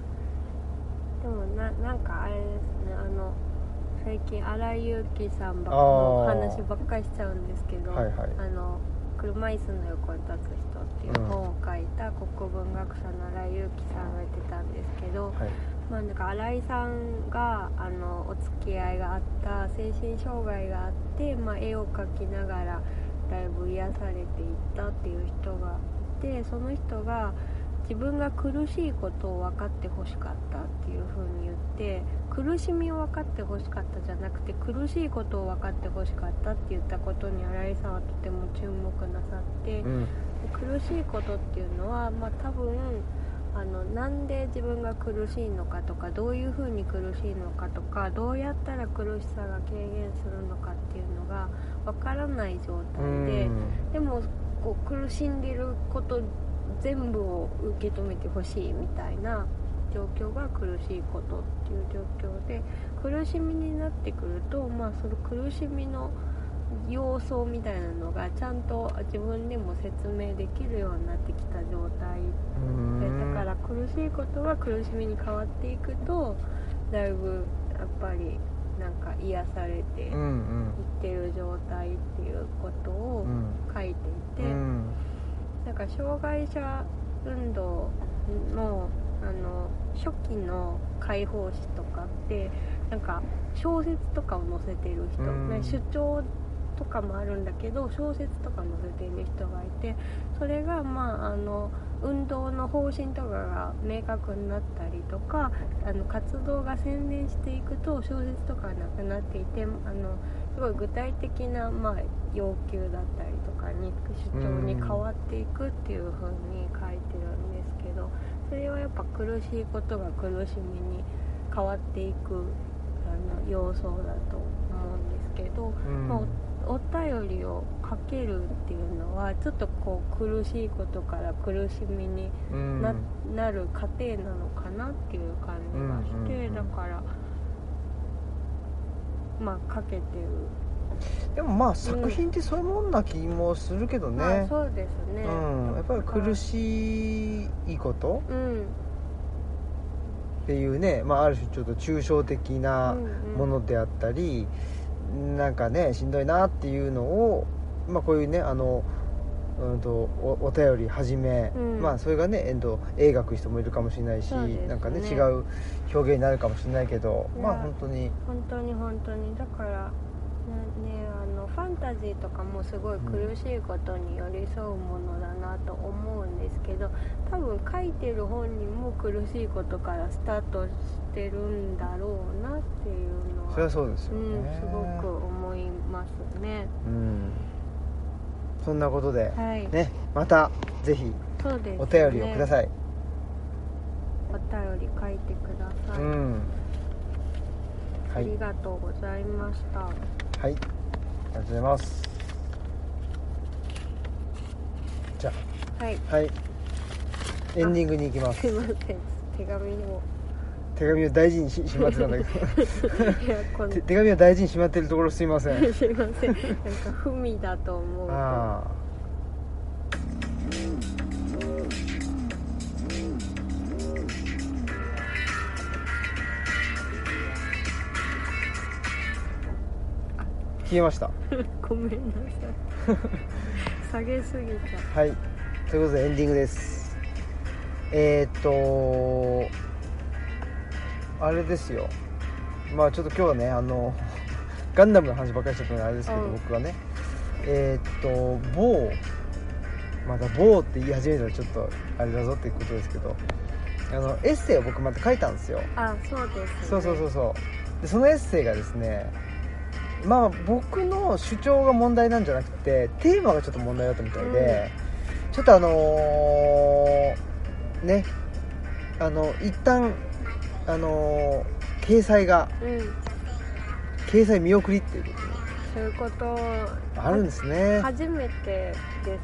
でもななんかあれですねあの最近荒井由紀さんばっあーの話ばっかりしちゃうんですけど「はいはいあの車椅子の横に立つ人」っていう本を書いた国文学者の荒井由紀さんが言ってたんですけど、はいまあ、なんか新井さんがあのお付き合いがあった精神障害があって、まあ、絵を描きながらだいぶ癒されていったっていう人がいてその人が自分が苦しいことを分かってほしかったっていうふうに言って苦しみを分かってほしかったじゃなくて苦しいことを分かってほしかったって言ったことに新井さんはとても注目なさって。うん苦しいことっていうのは、まあ、多分あのなんで自分が苦しいのかとかどういうふうに苦しいのかとかどうやったら苦しさが軽減するのかっていうのがわからない状う態でんでもこう苦しんでること全部を受け止めてほしいみたいな状況が苦しいことっていう状況で苦しみになってくると、まあ、その苦しみの様相みたいなのがちゃんと自分でも説明できるようになってきた状態うでんだから苦しいことが苦しみに変わっていくとだいぶやっぱりなんか癒されていっうんてる状態っていうことうをん書いていて。うんうんなんか障害者運動のあの初期の解放誌とかってなんか小説とかを載せてる人、うんね主張とかもあるんだけど小説とか載せてる人がいてそれがまああの運動の方針とかが明確になったりとかあの活動が洗練していくと小説とかはなくなっていてあのすごい具体的な、まあ、要求だったりとかに主張に変わっていくっていう風に書いてるんですけどそれはやっぱ苦しいことが苦しみに変わっていくあの要素だと思うんですけど。うんもうお便りをかけるっていうのはちょっとこう苦しいことから苦しみにうんな,、なる過程なのかなっていう感じがして、うんうんうんだからまあかけてる、でもまあ作品ってそういうもんな気もするけどね、まあそうですね、うん、やっぱり苦しいことうんっていうね、まあ、ある種ちょっと抽象的なものであったり、なんかねしんどいなっていうのを、まあ、こういうねあの、うん、とおお便りはじめ、うんまあ、それがね、えっと、絵描く人もいるかもしれないし、そうですねなんかね違う表現になるかもしれないけどいやまあ本当に本当に本当にだからねねあのファンタジーとかもすごい苦しいことに寄り添うものだなと思うんですけど多分書いてる本人も苦しいことからスタートしてるんだろうなっていうのはそれはそうですようね。ん、すごく思いますね。うんそんなことで、はい、ねまたぜひそうです、ね、お便りをくだいさい、お便り書いてくださうい、んはあい、りがとうございましたはい、ありがとうございますじゃはいあはいエンディングに行きますすいません手紙を手紙を大事にししまってたんだけどいやこの手手紙を大事にしまってるところすいませんすいませんなんか不味だと思うとああ消えましたごめんなさい下げすぎたはいということでエンディングですえー、っとあれですよまあちょっと今日はねあの ガンダムの話ばっかりしちゃったのであれですけど、うん僕はねえー、っと某また某って言い始めたらちょっとあれだぞっていうことですけどあのエッセイを僕また書いたんですよあそうです、ね、そうそうそうそうでそのエッセイがですねまあ僕の主張が問題なんじゃなくてテーマがちょっと問題だったみたいで、ちょっとあのーねあの一旦あのー掲載がうん掲載見送りっていうこそういうこととがあるんですね初めてですね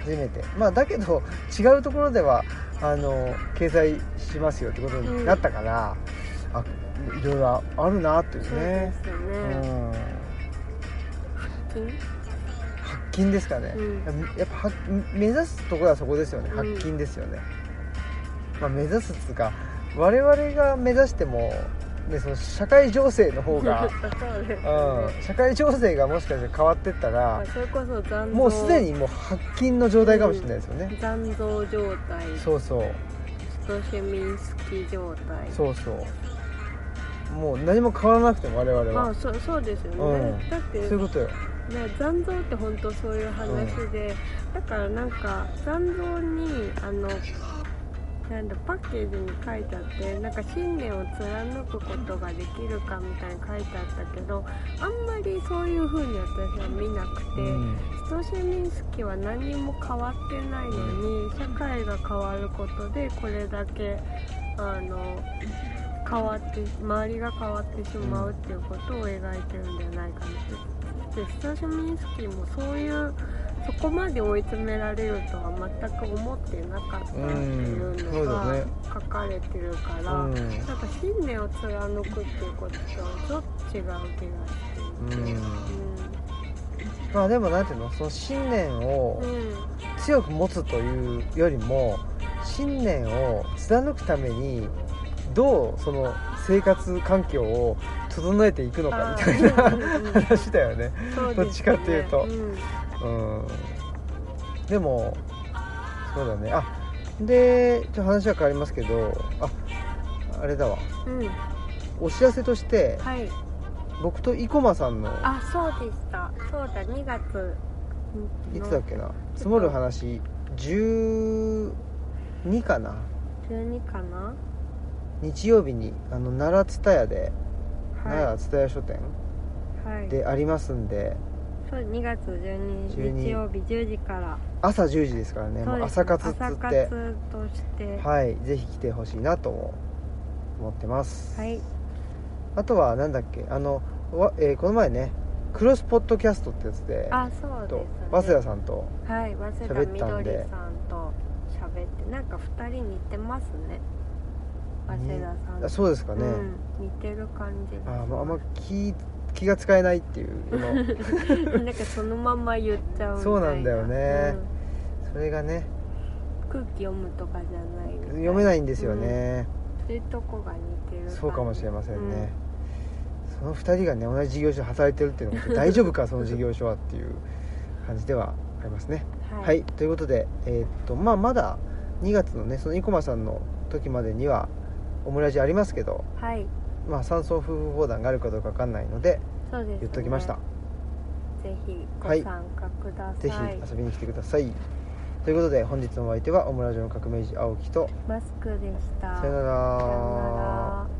初めてまあだけど違うところではあの掲載しますよってことになったから、あいろいろあるなっていうそうでねすようね、ん金発金ですかね、うやっぱは目指すところはそこですよねうん発金ですよね、まあ、目指すっていうか我々が目指しても、ね、その社会情勢の方 が、そうですね、うん、社会情勢がもしかして変わってったまあらそれこそ残像もうすでにもう発金の状態かもしれないですよね、残像状態そうそうストシェミンスキー状態そうそうもう何も変わらなくても我々は、まあそそうですよね、うんだってそういうことよね、残像って本当そういう話で、だからなんか残像にあのなんだパッケージに書いてあってなんか信念を貫くことができるかみたいに書いてあったけどあんまりそういう風に私は見なくて、うんストシェミンスキは何も変わってないのに社会が変わることでこれだけあの変わって周りが変わってしまうっていうことを描いてるんじゃないかなってでストシェミンスキもそういうそこまで追い詰められるとは全く思ってなかったっていうのうんそうだがね書かれてるから、うんなんか信念を貫くっていうこととはちょっと違う気がしていて。まあでもなんていうのその信念を、うんうん強く持つというよりも信念を貫くためにどうその生活環境を整えていくのかみたいなあーうんうんうん話だよね、そうですねどっちかっていうとんうん、でもそうだねあでちょっと話は変わりますけどああれだわうん、お知らせとしてはい僕と生駒さんのあそうでしたそうだ2月いつだっけな積もる話12かな12かな日曜日にあの奈良蔦屋では奈良蔦屋書店い、はい、でありますんで、そう2月12日12日曜日10時から朝10時ですからねそもううです朝活っつ朝って活としてははいぜひ来てほしいなとも思ってます、いあとはなんだっけあの、わえーこの前ねクロスポッドキャストってやつであそうですとね早稲田さんとはい早稲田喋みったどんりでさんと喋ってなんか2人似てますね早稲田さんあとそうですかね、うん、似てる感じがあまああんま気気が使えないっていう のなんかそのまま言っちゃうみたいそうなんだよねうんそれがね空気読むとかじゃないみたい読めないんですよね、そういうとこが似てる感じそうかもしれませんね、その2人がね同じ事業所で働いてるっていうのも大丈夫かその事業所はっていう感じではありますねうんははいい、ということで、えーっとまあ、まだ2月のねその生駒さんの時までにはオムラジありますけど、はいまあ、山荘夫婦砲弾があるかどうかわかんないのでそうですね言っときました、ぜひごはい参加くださぜい、ひ遊びに来てください、ということで本日のお相手はオムラジの革命児青木とマスクでしたさよさようなら